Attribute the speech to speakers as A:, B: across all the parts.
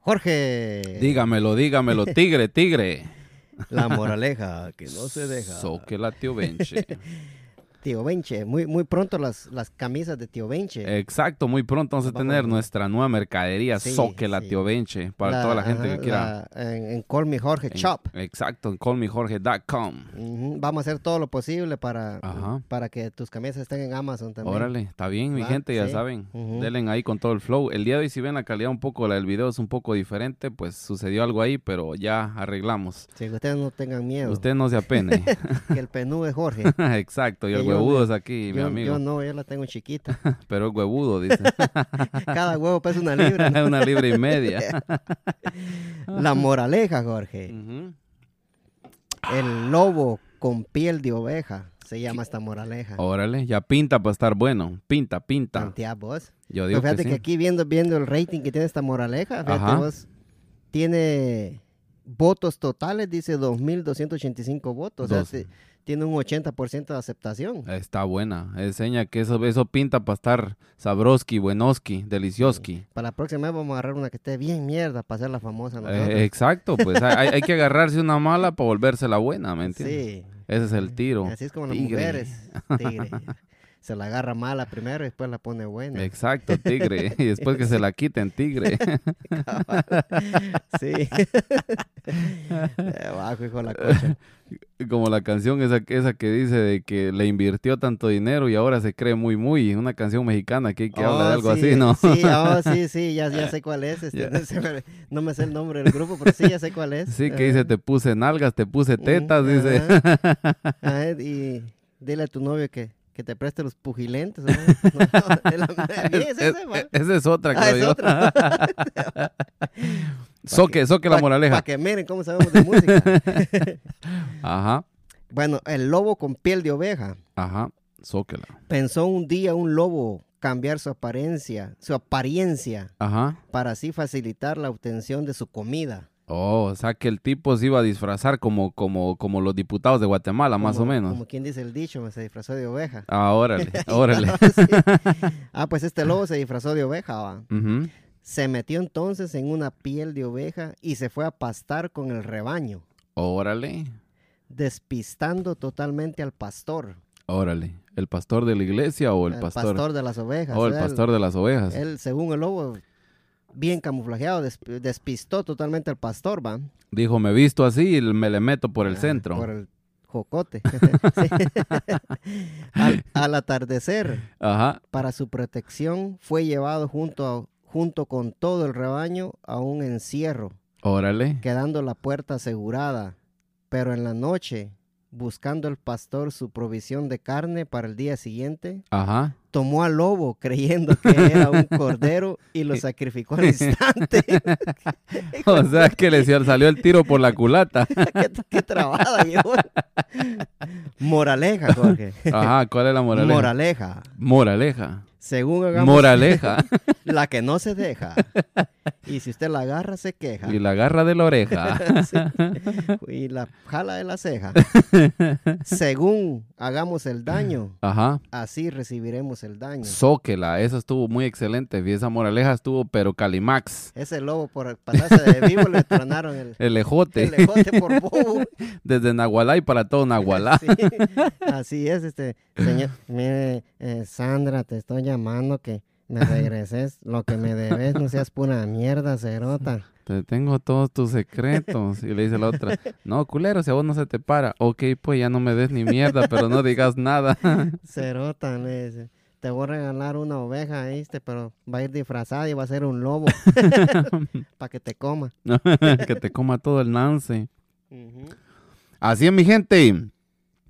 A: Jorge.
B: Dígamelo, dígamelo, tigre, tigre.
A: La moraleja que no se deja.
B: So que la tío Benche.
A: Tío Benche, muy, muy pronto las, las camisas de Tío
B: Eh,
A: Benche.
B: Exacto, muy pronto vamos a
A: Vamos.
B: tener nuestra nueva mercadería
A: Sí,
B: Soque la
A: sí.
B: Tío Benche para toda la gente
A: ajá,
B: que quiera.
A: la- en, en Call Me Jorge
B: en-
A: Shop.
B: Exacto, en callmejorge.com.
A: Ujú, Vamos a hacer todo lo posible para,
B: Ajá.
A: para que tus camisas estén en Amazon también.
B: Órale, está bien, mi
A: Va,
B: gente, ya
A: sí.
B: saben.
A: Ujú.
B: Denle ahí con todo el flow. El día de hoy, si ven la calidad un poco, la del video es un poco diferente, pues sucedió algo ahí, pero ya arreglamos.
A: Sí, que ustedes no tengan miedo.
B: Usted no se apene.
A: Que el penú es Jorge.
B: Exacto, y el
A: Que yo
B: huevudo
A: me-
B: es aquí, mi
A: yo,
B: amigo.
A: yo no, yo la tengo chiquita.
B: Pero el huevudo, dice.
A: Cada huevo pesa una libra. ¿no?
B: Una libra y media.
A: La moraleja, Jorge.
B: Ujú. Mm.
A: El lobo con piel de oveja se llama esta moraleja.
B: Órale, ya pinta para estar bueno. Pinta, pinta.
A: Tantea vos.
B: Yo
A: Pero
B: digo
A: Pues fíjate
B: que,
A: que,
B: sí.
A: aquí viendo, viendo el rating que tiene esta moraleja, fíjate
B: Ajá.
A: vos, tiene votos totales, dice 2.285 votos. O sea,
B: Dos. Eh.
A: te- tiene un 80% de aceptación.
B: Está buena. Enseña que eso, eso pinta para estar sabroski, buenoski, delicioski.
A: Para la próxima vez vamos a agarrar una que esté bien mierda para hacerla famosa.
B: Eh,
A: nosotros.
B: exacto, pues hay, hay- hay que agarrarse una mala para volverse la buena, ¿me entiendes?
A: sí,
B: Ese es el tiro.
A: así es como las
B: Tigre.
A: mujeres. tigre. Se la agarra mala primero y después la pone buena.
B: Exacto, tigre. Y después que se la quiten, tigre.
A: Sí. Eh, Bajo, hijo de la cocha.
B: Como la canción esa, esa que dice de que le invirtió tanto dinero y ahora se cree muy, muy. Una canción mexicana que, que habla
A: Oh,
B: de algo
A: sí,
B: así, ¿no?
A: Sí, oh, sí, sí, ya, ya sé cuál es. este,
B: Ya.
A: no, sé, pero no me sé el nombre del grupo, pero sí, ya sé cuál es. eh,
B: Sí, que dice, te puse nalgas, te puse
A: Ujú,
B: tetas, dice.
A: ajá. Ajá, y dile a tu novio que, que te preste los pugilentes. ¿no? No, de la- bien,
B: Es-
A: ese,
B: es-
A: man.
B: esa es otra,
A: Ah,
B: creo
A: es
B: yo.
A: otra.
B: Soque, soque la
A: Pa-
B: moraleja.
A: pa' que miren cómo sabemos de música.
B: Ajá,
A: Bueno, el lobo con piel de oveja.
B: ajá, zóquela.
A: Pensó un día un lobo cambiar su apariencia, su apariencia,
B: Ajá.
A: para así facilitar la obtención de su comida.
B: Oh, o sea que el tipo se iba a disfrazar como, como, como los diputados de Guatemala, Ah, más o
A: Como-
B: menos.
A: Como quien dice el dicho, se disfrazó de oveja.
B: Ah, órale, órale.
A: Sí. Ah, pues este lobo se disfrazó de oveja, va.
B: Ujú.
A: Se metió entonces en una piel de oveja y se fue a pastar con el rebaño,
B: Órale,
A: despistando totalmente al pastor.
B: órale. ¿El pastor de la iglesia o el pastor?
A: de las ovejas.
B: Oh, el
A: O sea, él-
B: pastor de las ovejas.
A: Él, según el lobo, bien camuflajeado, desp- despistó totalmente al pastor, va.
B: Dijo, me visto así y me le meto por el
A: Ah,
B: centro.
A: Por el jocote. Sí. al, al atardecer,
B: Ajá.
A: para su protección, fue llevado junto, a- junto con todo el rebaño a un encierro,
B: Órale.
A: quedando la puerta asegurada. Pero en la noche, buscando el pastor su provisión de carne para el día siguiente,
B: Ajá.
A: tomó al lobo creyendo que era un cordero y lo sacrificó al instante.
B: O sea que le salió el tiro por la culata.
A: qué, qué trabada, viejo. Moraleja, Jorge.
B: Ajá, ¿cuál es la moraleja?
A: Moraleja.
B: Moraleja.
A: Según hagamos
B: Moraleja.
A: la que no se deja. Y si usted la agarra, se queja.
B: Y la garra de la oreja.
A: Sí. Y la jala de la ceja. Según hagamos el daño,
B: Ajá.
A: así recibiremos el daño.
B: Zóquela. Esa estuvo muy excelente. Y esa moraleja estuvo, pero Calimax.
A: Ese lobo por pasarse de vivo le tronaron el,
B: El ejote.
A: el ejote por bobo.
B: Desde Nahualá y para todo Nahualá.
A: Sí, así es, este señor. Mire, eh, Sandra, te estoy llamando que me regreses lo que me debes. No seas pura mierda, cerota.
B: Te tengo todos tus secretos. Y le dice la otra, no, culero, si a vos no se te para. Ok, pues ya no me des ni mierda, pero no digas nada.
A: Cerota, le dice. Te voy a regalar una oveja, ¿viste? Pero va a ir disfrazada y va a ser un lobo. Para que te coma.
B: que te coma todo el nance. Así es, mi gente.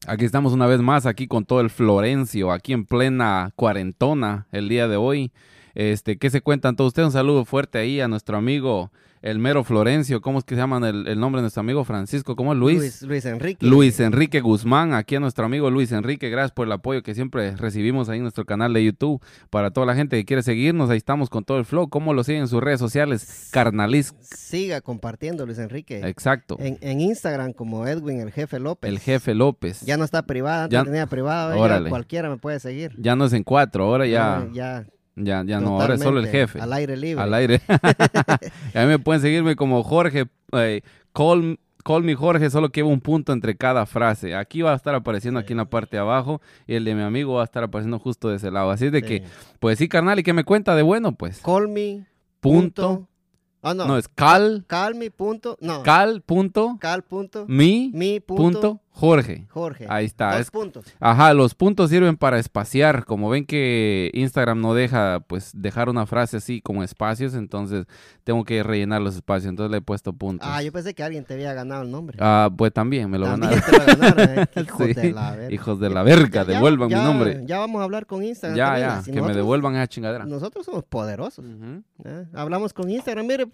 B: Aquí estamos una vez más, aquí con todo el Florencio, aquí en plena cuarentona el día de hoy. Este, ¿qué se cuentan todos ustedes? Un saludo fuerte ahí a nuestro amigo, el mero Florencio. ¿Cómo es que se llaman el, el nombre de nuestro amigo Francisco? ¿Cómo es Luis?
A: Luis, Luis Enrique.
B: Luis Enrique Guzmán, aquí a nuestro amigo Luis Enrique, gracias por el apoyo que siempre recibimos ahí en nuestro canal de YouTube. Para toda la gente que quiere seguirnos, ahí estamos con todo el flow. ¿Cómo lo siguen en sus redes sociales? Carnaliz.
A: Siga compartiendo, Luis Enrique.
B: Exacto.
A: En, en Instagram como Edwin, el jefe López.
B: El jefe López. pues, Ya,
A: Ya no está privada, antes
B: Ya-
A: tenía privada.
B: Órale.
A: cualquiera me puede seguir.
B: no es en cuatro, ahora ya.
A: Ya, ya
B: Ya, ya no, ahora es solo el jefe.
A: Al aire libre.
B: Al aire. a mí me pueden seguirme como Jorge. eh, call, call me Jorge, solo que un punto entre cada frase. Aquí va a estar apareciendo aquí en la parte de abajo y el de mi amigo va a estar apareciendo justo de ese lado. Así es de que, pues sí, carnal, ¿y qué me cuenta de bueno? Pues
A: Call me.
B: punto.
A: Ah,
B: No,
A: no.
B: es cal,
A: Cal mi punto. No. Cal,
B: cal, punto,
A: punto.
B: mi,
A: Mi punto.
B: punto, Jorge.
A: Jorge.
B: Ahí está.
A: Dos
B: Es-
A: puntos.
B: Ajá, los puntos sirven para espaciar. Como ven que Instagram no deja, pues, dejar una frase así como espacios, entonces tengo que rellenar los espacios. Entonces le he puesto puntos.
A: Ah, yo pensé que alguien te había ganado el nombre.
B: Ah, pues también me lo van a
A: También te lo ganaron, eh. Hijo
B: Sí.
A: de la verga.
B: Hijos de la verga,
A: Ya- ya-
B: devuelvan
A: ya-
B: mi nombre.
A: Ya vamos a hablar con Instagram.
B: Ya,
A: también,
B: ya,
A: así
B: que me
A: nosotros-
B: devuelvan esa chingadera.
A: Nosotros somos poderosos.
B: Ujú.
A: ¿eh? Hablamos con Instagram. Mire,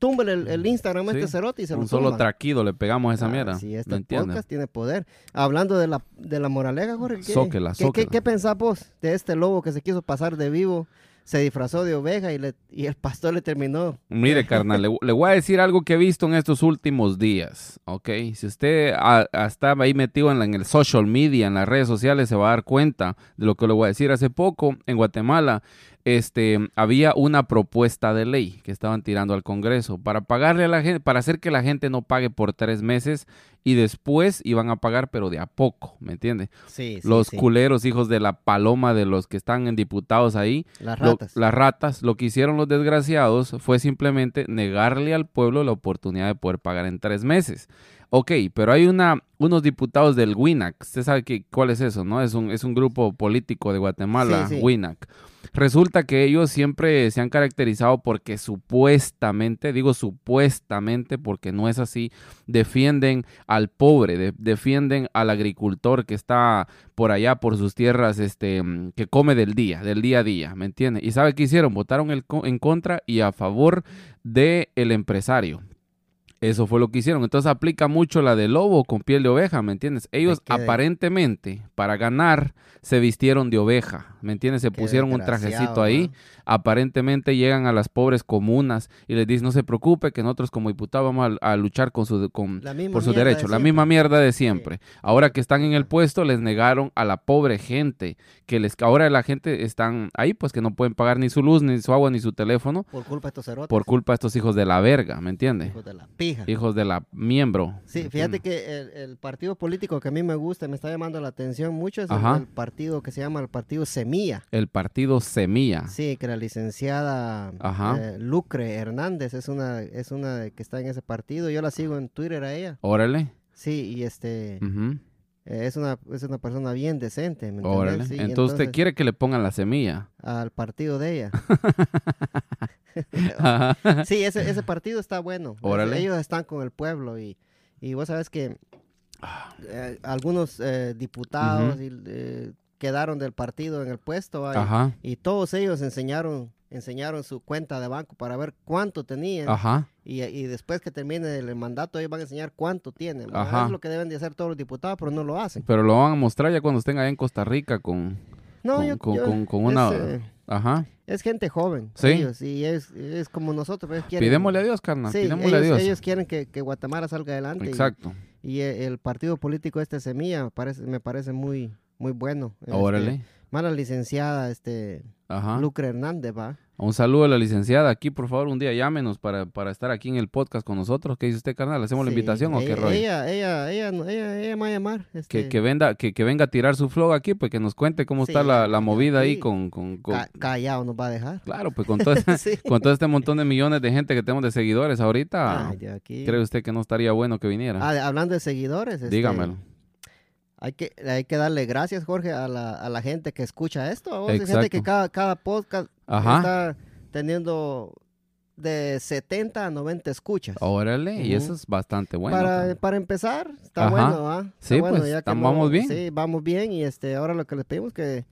A: túmbele el, el Instagram a
B: Sí,
A: este cerote y se lo
B: Un solo
A: tumban.
B: traquido le pegamos a esa
A: Ah,
B: mierda.
A: Sí, este
B: ¿Me entiendes?
A: podcast tiene poder. Hablando de la, de la moraleja, Jorge. ¿qué,
B: Zóquela,
A: qué- qué-
B: zóquela.
A: qué pensás vos de este lobo que se quiso pasar de vivo? Se disfrazó de oveja y, le- y el pastor le terminó.
B: Mire, carnal, le, le voy a decir algo que he visto en estos últimos días, ¿ok? Si usted ah, ah, está ahí metido en, la- en el social media, en las redes sociales, se va a dar cuenta de lo que le voy a decir. Hace poco, en Guatemala, este, había una propuesta de ley que estaban tirando al Congreso para pagarle a la gente, para hacer que la gente no pague por tres meses y después iban a pagar, pero de a poco, ¿me entiende?
A: Sí,
B: los culeros, hijos de la paloma, de los que están en diputados ahí,
A: Las
B: lo-
A: ratas.
B: las ratas, lo que hicieron los desgraciados fue simplemente negarle al pueblo la oportunidad de poder pagar en tres meses. Ok, pero hay una, unos diputados del WINAC. Usted sabe que, cuál es eso, ¿no? Es un, es un grupo político de Guatemala,
A: Sí, sí.
B: WINAC. Resulta que ellos siempre se han caracterizado porque supuestamente, digo supuestamente porque no es así, defienden al pobre, de- defienden al agricultor que está por allá, por sus tierras, este, mm, que come del día, del día a día, ¿me entiendes? ¿Y sabe qué hicieron? Votaron el co- en contra y a favor del el empresario. Eso fue lo que hicieron. Entonces aplica mucho la de lobo con piel de oveja, ¿me entiendes? Ellos
A: qué de-
B: aparentemente, para ganar, se vistieron de oveja, ¿me entiendes? Se
A: Qué
B: pusieron un
A: desgraciado, ¿ah?
B: trajecito ahí
A: ¿no?
B: aparentemente llegan a las pobres comunas y les dicen, no se preocupe, que nosotros como diputados vamos a, a luchar con su, con-
A: La misma
B: por sus
A: mierda de
B: derechos. La
A: siempre.
B: misma mierda de siempre. Ahora que están en el puesto, les negaron a la pobre gente, que les ahora la gente están ahí, pues que no pueden pagar ni su luz, ni su agua, ni su teléfono,
A: Por culpa de estos cerotes.
B: por culpa de estos hijos de la verga, ¿me entiendes?
A: Hijos de la pija.
B: Hijos de la miembro.
A: Sí,
B: ¿me
A: fíjate
B: entiendes?
A: que el, el partido político que a mí me gusta, me está llamando la atención mucho, es el,
B: Ajá.
A: el partido que se llama el partido Semilla.
B: El partido Semilla.
A: Sí, que la licenciada
B: Ah. Ajá.
A: eh, Lucre Hernández es una, es una que está en ese partido. Yo la sigo en Twitter a ella.
B: Órale.
A: Sí, y este
B: ujú,
A: eh, es una es una persona bien decente, ¿me entiendes?
B: Órale.
A: Sí, y
B: entonces, usted quiere que le pongan la semilla.
A: al partido de ella.
B: Ajá.
A: Sí, ese, ese partido está bueno. Ese-
B: Órale.
A: Ellos están con el pueblo y, y vos sabes que eh, algunos eh, diputados y, eh, quedaron del partido en el puesto ¿va? Y-
B: Ajá.
A: y todos ellos enseñaron enseñaron su cuenta de banco para ver cuánto tenían.
B: Ajá.
A: Y, y después que termine el mandato, ellos van a enseñar cuánto tienen. ¿verdad?
B: Ajá.
A: Es lo que deben de hacer todos los diputados, pero no lo hacen.
B: Pero lo van a mostrar ya cuando estén allá en Costa Rica con,
A: No,
B: con,
A: yo,
B: con-
A: yo-
B: con- con una...
A: Es, eh,
B: Ajá.
A: es gente joven.
B: Sí.
A: ellos, y es, es como nosotros. ellos quieren-
B: Pidémosle a Dios, carnal.
A: Sí,
B: pidémosle
A: ellos,
B: a Dios.
A: ellos quieren que, que Guatemala salga adelante. y-
B: Exacto.
A: Y, e- el partido político este Semilla parece, me parece muy muy bueno. Este,
B: Órale. Ah.
A: mala licenciada este
B: Ajá.
A: Lucre Hernández, va.
B: Un saludo a la licenciada aquí, por favor, un día llámenos para, para estar aquí en el podcast con nosotros. ¿Qué dice usted, carnal? ¿Le hacemos la
A: Sí, eh,
B: invitación o qué
A: ella,
B: rollo?
A: Ella, ella, ella, no- ella, ella me va a llamar.
B: que,
A: este,
B: que venda, que, que venga a tirar su flow aquí, pues que nos cuente cómo
A: Sí,
B: está la,
A: ya,
B: la movida ahí
A: sí.
B: con... con- con-
A: ca- callado nos va a dejar.
B: claro, pues con todo, este,
A: Sí.
B: con todo este montón de millones de gente que tenemos de seguidores ahorita,
A: Ay, Dios, aquí.
B: ¿cree usted ah, que no estaría bueno que viniera?
A: Ah, de- hablando de seguidores, este,
B: Dígamelo.
A: Hay que, hay que darle gracias, Jorge, a la, a la gente que escucha esto. a vos, hay gente que
B: Exacto.
A: cada, cada podcast
B: Ajá.
A: está teniendo de 70 a 90 escuchas.
B: Órale, y
A: Ujú.
B: eso es bastante Oh, bueno.
A: para,
B: carnal.
A: para empezar, está
B: Ajá.
A: bueno, ¿ah? Está
B: Sí,
A: bueno,
B: pues,
A: ya que
B: tam- vamos bien.
A: Sí, vamos bien y este, ahora lo que les pedimos que,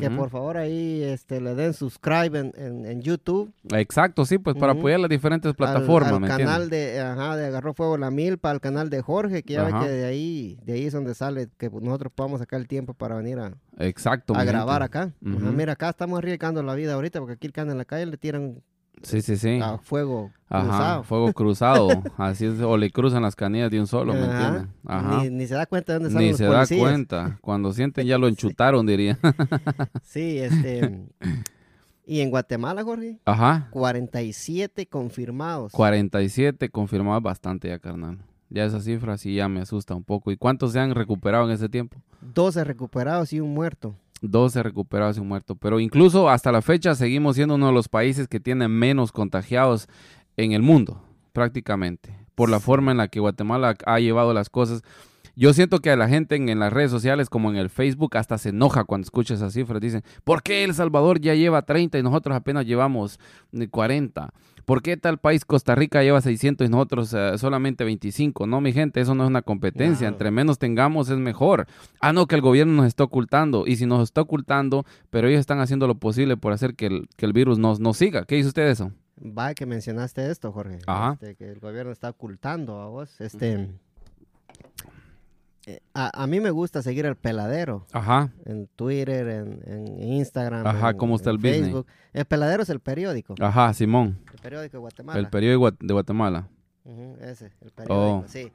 A: que
B: Ujú.
A: por favor ahí este, le den subscribe en, en- en YouTube.
B: Exacto, sí, pues para
A: Ujú.
B: apoyar las diferentes
A: al-
B: plataformas,
A: Al,
B: ¿me entiendes?
A: canal de, ajá, de Agarró Fuego la Milpa, al canal de Jorge, que ya ve
B: Ajá.
A: que de ahí, de ahí es donde sale, que nosotros podamos sacar el tiempo para venir a,
B: Exacto.
A: a
B: mi
A: grabar
B: gente.
A: acá. Ajá,
B: Ujú.
A: mira, acá estamos arriesgando la vida ahorita porque aquí el canal en la calle le tiran
B: Sí, sí, sí.
A: a fuego
B: Ajá,
A: cruzado.
B: fuego cruzado. Así es, o le cruzan las canillas de un solo, ¿me
A: Ajá.
B: entiendes? Ajá.
A: Ni, ni se da cuenta de dónde
B: Ni,
A: salen los
B: se da
A: policías.
B: cuenta. Cuando sienten ya lo enchutaron, diría.
A: Sí, este. Y en Guatemala, Jorge,
B: Ajá.
A: 47 confirmados.
B: 47 confirmados bastante ya, carnal. Ya esa cifra sí ya me asusta un poco. ¿Y cuántos se han recuperado en ese tiempo?
A: 12 recuperados y un muerto.
B: 12 recuperados y un muerto. Pero incluso hasta la fecha seguimos siendo uno de los países que tiene menos contagiados en el mundo, prácticamente. Por la forma en la que Guatemala ha llevado las cosas. Yo siento que a la gente en, en las redes sociales, como en el Facebook, hasta se enoja cuando escucha esas cifras. Dicen, ¿por qué El Salvador ya lleva 30 y nosotros apenas llevamos eh, 40? ¿Por qué tal país, Costa Rica, lleva 600 y nosotros eh, solamente 25? No, mi gente, eso no es una competencia.
A: Wow.
B: Entre menos tengamos es mejor. Ah, no, que el gobierno nos está ocultando. Y si nos está ocultando, pero ellos están haciendo lo posible por hacer que el, que el virus nos, nos siga. ¿Qué hizo usted de eso?
A: Va que mencionaste esto, Jorge.
B: Ajá.
A: este, que el gobierno está ocultando a vos. Este, eh, a, a mí me gusta seguir el peladero
B: Ajá,
A: en Twitter, en, en Instagram.
B: Ajá,
A: en-
B: ¿cómo está
A: en
B: el business?
A: Facebook. El peladero es el periódico.
B: ajá, Simón.
A: El periódico de Guatemala.
B: El periódico de Guat- de Guatemala.
A: Ujú, ese, el periódico.
B: Oh.
A: Sí.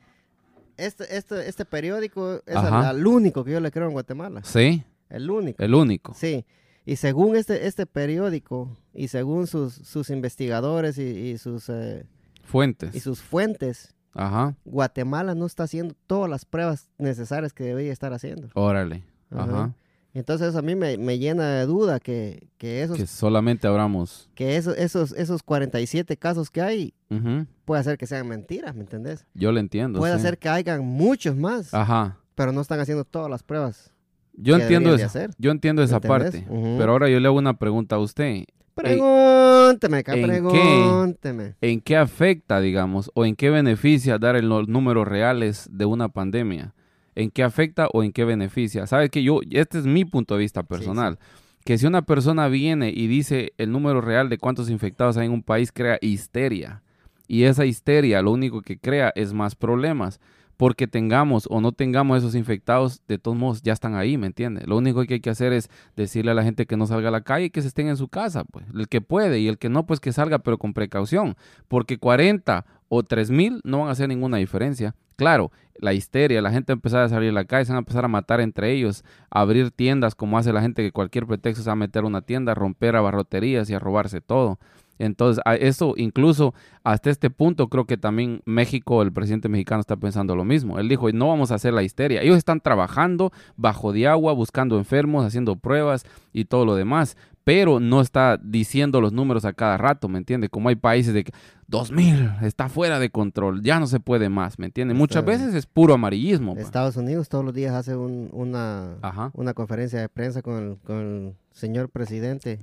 A: Este, este, este periódico es
B: Ajá.
A: al, al único que yo le creo en Guatemala.
B: Sí,
A: El único.
B: el único.
A: Sí, y según este, este periódico y según sus, sus investigadores y, y sus, eh, y
B: Fuentes.
A: sus fuentes,
B: Ajá,
A: Guatemala no está haciendo todas las pruebas necesarias que debería estar haciendo.
B: órale.
A: Ajá.
B: Ajá.
A: Entonces a mí me, me llena de duda que, que esos,
B: Que solamente abramos.
A: que esos, esos, esos 47 casos que hay
B: Ujú,
A: puede ser que sean mentiras, ¿me entendés?
B: Yo le entiendo.
A: Puede
B: sí.
A: ser que hayan muchos más,
B: Ajá.
A: pero no están haciendo todas las pruebas.
B: Yo
A: que
B: entiendo
A: deberían de
B: eso.
A: hacer.
B: Yo entiendo esa
A: ¿Entendés?
B: parte.
A: Ujú.
B: Pero ahora yo le hago una pregunta a usted.
A: Pregúnteme, acá,
B: ¿en qué?
A: pregúnteme.
B: ¿En qué afecta, digamos, o en qué beneficia dar el- los números reales de una pandemia? ¿En qué afecta o en qué beneficia? Sabes que yo, este es mi punto de vista personal, que si una persona viene y dice el número real de cuántos infectados hay en un país, crea histeria. Y esa histeria lo único que crea es más problemas. Porque tengamos o no tengamos esos infectados, de todos modos ya están ahí, ¿me entiendes? Lo único que hay que hacer es decirle a la gente que no salga a la calle y que se estén en su casa, pues. El que puede y el que no, pues que salga, pero con precaución. Porque 40 o 3 mil no van a hacer ninguna diferencia. Claro, la histeria, la gente va a empezar a salir a la calle, se van a empezar a matar entre ellos, a abrir tiendas como hace la gente que cualquier pretexto se va a meter a una tienda, a romper abarroterías y a robarse todo. Entonces, a eso incluso hasta este punto creo que también México, el presidente mexicano está pensando lo mismo. Él dijo, no vamos a hacer la histeria. Ellos están trabajando bajo de agua, buscando enfermos, haciendo pruebas y todo lo demás. Pero no está diciendo los números a cada rato, ¿me entiende? Como hay países de que 2000 está fuera de control, ya no se puede más, ¿me entiende? Muchas
A: Está bien.
B: veces es puro amarillismo. pa.
A: Estados Unidos todos los días hace un- una,
B: Ajá.
A: una conferencia de prensa con el, con el señor presidente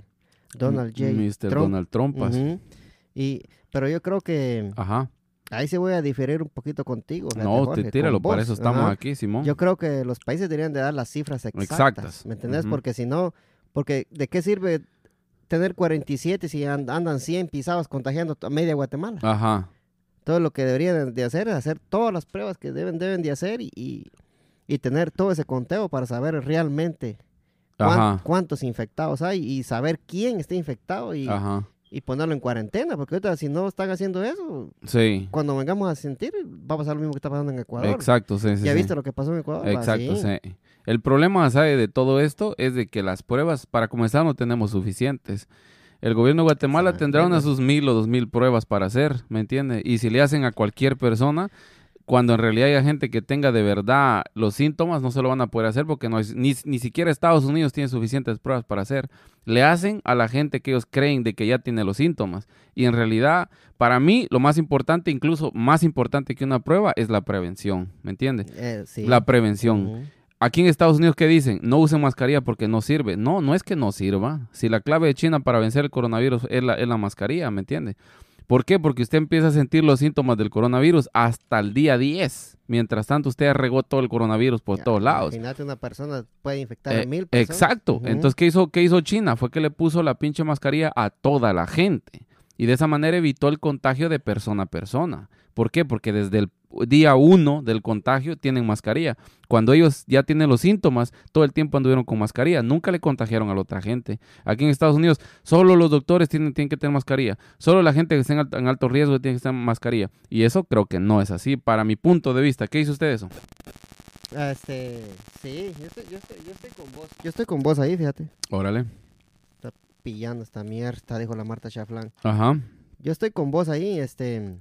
A: Donald J.
B: Mr.
A: Trump.
B: Donald pues. Trumpas.
A: Ujú. y, pero yo creo que
B: Ajá. Ajá.
A: ahí se voy a diferir un poquito contigo. fíjate,
B: No,
A: Jorge,
B: te
A: con
B: tíralo, para
A: vos.
B: eso estamos
A: Ajá.
B: aquí, Simón.
A: Yo creo que los países deberían de dar las cifras exactas.
B: Exactas.
A: ¿Me entendés?
B: Ujú.
A: Porque si no, porque ¿de qué sirve tener 47 si an- andan 100 pisados contagiando a media Guatemala?
B: Ajá.
A: Todo lo que deberían de hacer es hacer todas las pruebas que deben, deben de hacer y, y- y tener todo ese conteo para saber realmente cuán-
B: Ajá.
A: cuántos infectados hay y saber quién está infectado y,
B: Ajá.
A: y ponerlo en cuarentena, porque ahorita si no están haciendo eso,
B: Sí.
A: cuando vengamos a sentir, va a pasar lo mismo que está pasando en Ecuador.
B: Exacto, sí, sí.
A: ¿Ya
B: sí.
A: viste lo que pasó en Ecuador?
B: Exacto,
A: Así.
B: sí. El problema, ¿sabe? De todo esto es de que las pruebas, para comenzar, no tenemos suficientes. El gobierno de Guatemala
A: Se
B: tendrá unas
A: mantiene.
B: sus mil o dos mil pruebas para hacer, ¿me entiende? Y si le hacen a cualquier persona, cuando en realidad haya gente que tenga de verdad los síntomas, no se lo van a poder hacer porque no es- ni, ni siquiera Estados Unidos tiene suficientes pruebas para hacer. Le hacen a la gente que ellos creen de que ya tiene los síntomas. Y en realidad, para mí, lo más importante, incluso más importante que una prueba, es la prevención, ¿me entiende?
A: Eh, sí.
B: La prevención.
A: Ujú.
B: Aquí en Estados Unidos, ¿qué dicen? No usen mascarilla porque no sirve. No, no es que no sirva. Si la clave de China para vencer el coronavirus es la, es la mascarilla, ¿me entiende? ¿Por qué? Porque usted empieza a sentir los síntomas del coronavirus hasta el día 10. Mientras tanto, usted regó todo el coronavirus por
A: Ya,
B: todos lados.
A: Imagínate una persona puede infectar a
B: Eh,
A: mil personas.
B: Exacto.
A: Ujú.
B: Entonces, ¿qué hizo, ¿qué hizo China? Fue que le puso la pinche mascarilla a toda la gente. Y de esa manera evitó el contagio de persona a persona. ¿Por qué? Porque desde el día uno del contagio tienen mascarilla. Cuando ellos ya tienen los síntomas, todo el tiempo anduvieron con mascarilla. Nunca le contagiaron a la otra gente. Aquí en Estados Unidos, solo los doctores tienen, tienen que tener mascarilla. Solo la gente que está en alto, en alto riesgo tiene que tener mascarilla. Y eso creo que no es así, para mi punto de vista. ¿Qué hizo usted eso?
A: Este, sí, yo estoy, yo estoy- yo estoy con vos. Yo estoy con vos ahí, fíjate.
B: Órale.
A: pillando esta mierda, dijo la Marta Chaflán.
B: Ajá.
A: Yo estoy con vos ahí, este...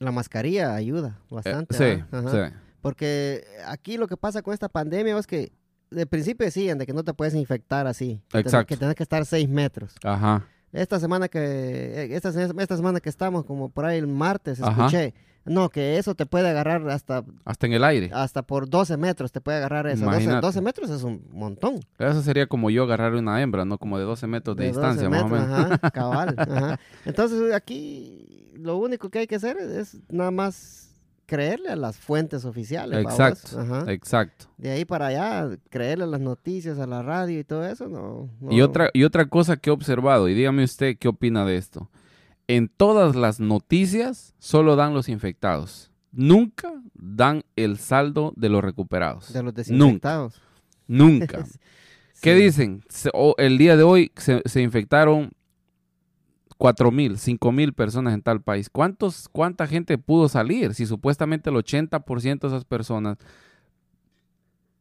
A: La mascarilla ayuda bastante.
B: Eh, sí,
A: ¿ah? Ajá.
B: sí.
A: Porque aquí lo que pasa con esta pandemia es que de principio decían de que no te puedes infectar así. que tenés-
B: Exacto.
A: Que tenés que estar seis metros.
B: Ajá.
A: Esta semana que eh, esta, se- esta semana que estamos, como por ahí el martes,
B: Ajá.
A: escuché. No, que eso te puede agarrar hasta,
B: Hasta en el aire.
A: hasta por 12 metros, te puede agarrar eso. 12,
B: Imagínate.
A: 12 metros es un montón.
B: Eso sería como yo agarrar una hembra, ¿no? Como de 12 metros de,
A: 12
B: distancia, más o
A: metros,
B: menos.
A: Ajá, cabal. ajá. Entonces aquí lo único que hay que hacer es, es nada más creerle a las fuentes oficiales. ¿va vos?
B: Exacto.
A: Ajá.
B: Exacto.
A: De ahí para allá, creerle a las noticias, a la radio y todo eso, no. no.
B: Y, otra, y otra cosa que he observado, y dígame usted qué opina de esto. En todas las noticias solo dan los infectados. Nunca dan el saldo de los recuperados.
A: De los desinfectados.
B: Nunca. ¿Qué
A: Sí.
B: dicen? Se- o el día de hoy se, se infectaron 4 mil, 5 mil personas en tal país. ¿Cuántos, ¿Cuánta gente pudo salir? Si supuestamente el 80% de esas personas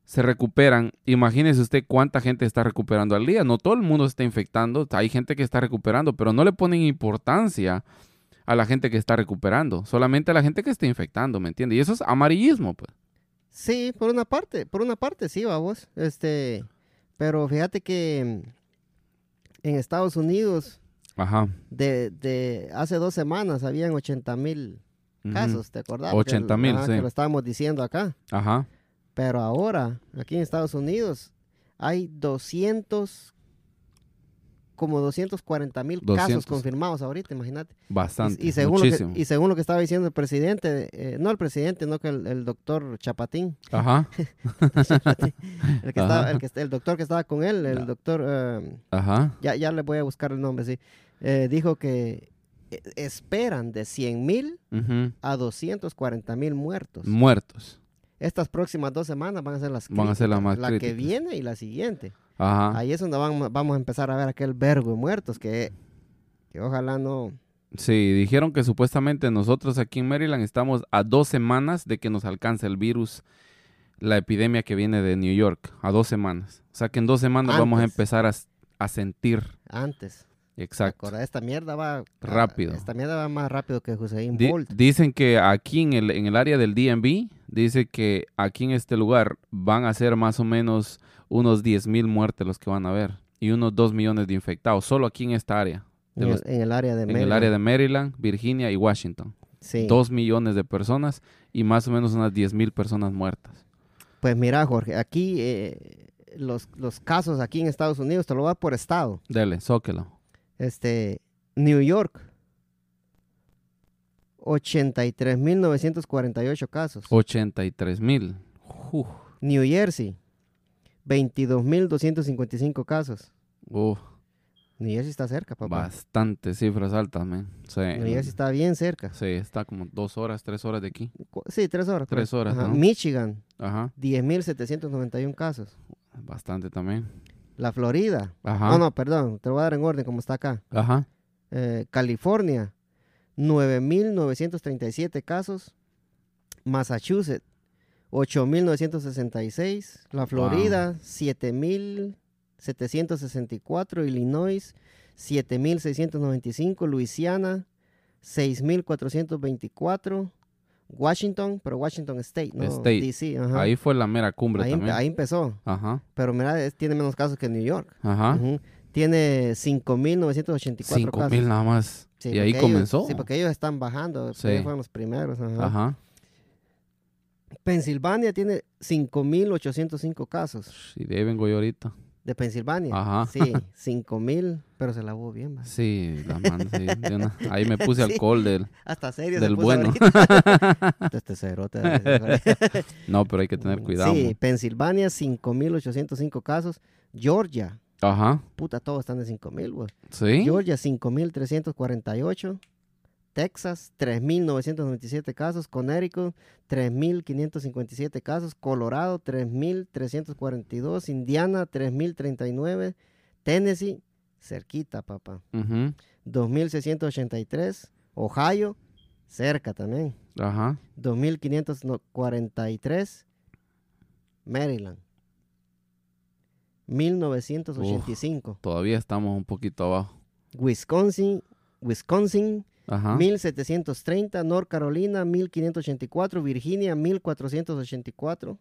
B: se recuperan, imagínese usted cuánta gente está recuperando al día. No todo el mundo se está infectando, hay gente que está recuperando, pero no le ponen importancia a la gente que está recuperando, solamente a la gente que está infectando, ¿me entiende? Y eso es amarillismo, pues.
A: Sí, por una parte, por una parte sí, vamos. Este, pero fíjate que mm, en Estados Unidos
B: Ajá.
A: de, de hace dos semanas habían 80 mil
B: Ujú.
A: casos, ¿te acordás?
B: 80,000,
A: Ajá,
B: sí.
A: Que lo estábamos diciendo acá.
B: Ajá.
A: Pero ahora, aquí en Estados Unidos, hay 200, como 240 mil casos
B: 200.
A: confirmados ahorita, imagínate.
B: Bastante.
A: Y, y según lo que,
B: muchísimo.
A: y según lo que estaba diciendo el presidente, eh, no el presidente, no que el, el doctor Chapatín,
B: Ajá.
A: el, que
B: Ajá.
A: estaba- el, que est- el doctor que estaba con él, el
B: No.
A: doctor, eh,
B: Ajá.
A: ya, ya le voy a buscar el nombre, sí, eh, dijo que eh, esperan de 100 mil
B: Ujú.
A: a 240 mil muertos.
B: Pues, Muertos.
A: Estas próximas dos semanas van a ser las
B: Van a ser las
A: críticas,
B: más
A: La que
B: críticas.
A: viene y la siguiente.
B: Ajá.
A: Ahí es donde vamos, vamos a empezar a ver aquel vergo de muertos que, que ojalá no...
B: Sí, dijeron que supuestamente nosotros aquí en Maryland estamos a dos semanas de que nos alcance el virus, la epidemia que viene de New York. A dos semanas. O sea que en dos semanas vamos a
A: Antes.
B: empezar a, s- a sentir.
A: Antes.
B: Exacto.
A: Acorda, esta mierda va
B: Rápido.
A: Esta mierda va más rápido que Hussein
B: Di-
A: Bolt.
B: dicen que aquí en el, en el área del DMV, dice que aquí en este lugar van a ser más o menos unos 10 mil muertes los que van a haber y unos 2 millones de infectados, solo aquí en esta área. de
A: en,
B: los-
A: el, en el área de
B: en el área de Maryland, Virginia y Washington.
A: Sí.
B: Dos millones de personas y más o menos unas 10 mil personas muertas.
A: Pues mira, Jorge, aquí eh, los, los casos aquí en Estados Unidos, te lo va por estado.
B: Dele, zóquelo.
A: Este, New York, 83.948 casos.
B: 83 mil. Uf,
A: New Jersey, 22.255 casos.
B: uf,
A: New Jersey está cerca, papá.
B: bastantes cifras altas, man. Sí,
A: New Jersey está bien cerca.
B: sí, está como dos horas, tres horas de aquí.
A: Cu- Sí, tres horas.
B: Tres
A: creo.
B: horas,
A: Ajá.
B: ¿no?
A: Michigan,
B: Ajá,
A: 10.791 casos.
B: bastante también.
A: La Florida. Ah,
B: Ajá.
A: No, no, perdón, te lo voy a dar en orden como está acá.
B: Ajá.
A: Eh, California, 9.937 casos. Massachusetts, 8.966. La Florida, 7.764. Illinois, 7.695. Luisiana, 6.424. Washington, pero Washington State, no
B: State.
A: DC. ajá.
B: Ahí fue la mera cumbre
A: Ahí empe-
B: también.
A: ahí empezó,
B: Ajá.
A: pero mira, es- tiene menos casos que New York.
B: Ajá.
A: Ujú. Tiene 5.984
B: Cinco
A: casos.
B: mil nada más.
A: Sí,
B: y ahí
A: porque ellos-
B: comenzó.
A: sí, porque ellos están bajando. porque
B: Sí.
A: Ellos fueron los primeros. ajá.
B: Ajá.
A: Pensilvania tiene 5.805 casos.
B: Sí, de ahí vengo yo ahorita.
A: De Pensilvania.
B: Ajá.
A: Sí, 5.000, pero se lavó bien. va.
B: Sí, la man, sí, de una- Ahí me puse
A: Sí.
B: alcohol del,
A: Hasta serio se
B: del
A: puso
B: bueno.
A: ahorita. Este cerote, este cerote. Mm,
B: No, pero hay que tener cuidado.
A: Sí,
B: mo.
A: Pensilvania, 5.805 casos. Georgia,
B: Ajá.
A: puta, todos están de 5.000, güey.
B: Sí.
A: Georgia, 5.348. Texas, 3.997 casos. Connecticut, 3.557 casos. Colorado, 3.342. Indiana, 3.039. Tennessee, cerquita, papá.
B: Ujú.
A: 2.683. Ohio, cerca también.
B: Ajá.
A: 2.543. Maryland. 1985.
B: Todavía estamos un poquito abajo.
A: Wisconsin, Wisconsin,
B: Ajá.
A: 1730. North Carolina, 1584. Virginia, 1484.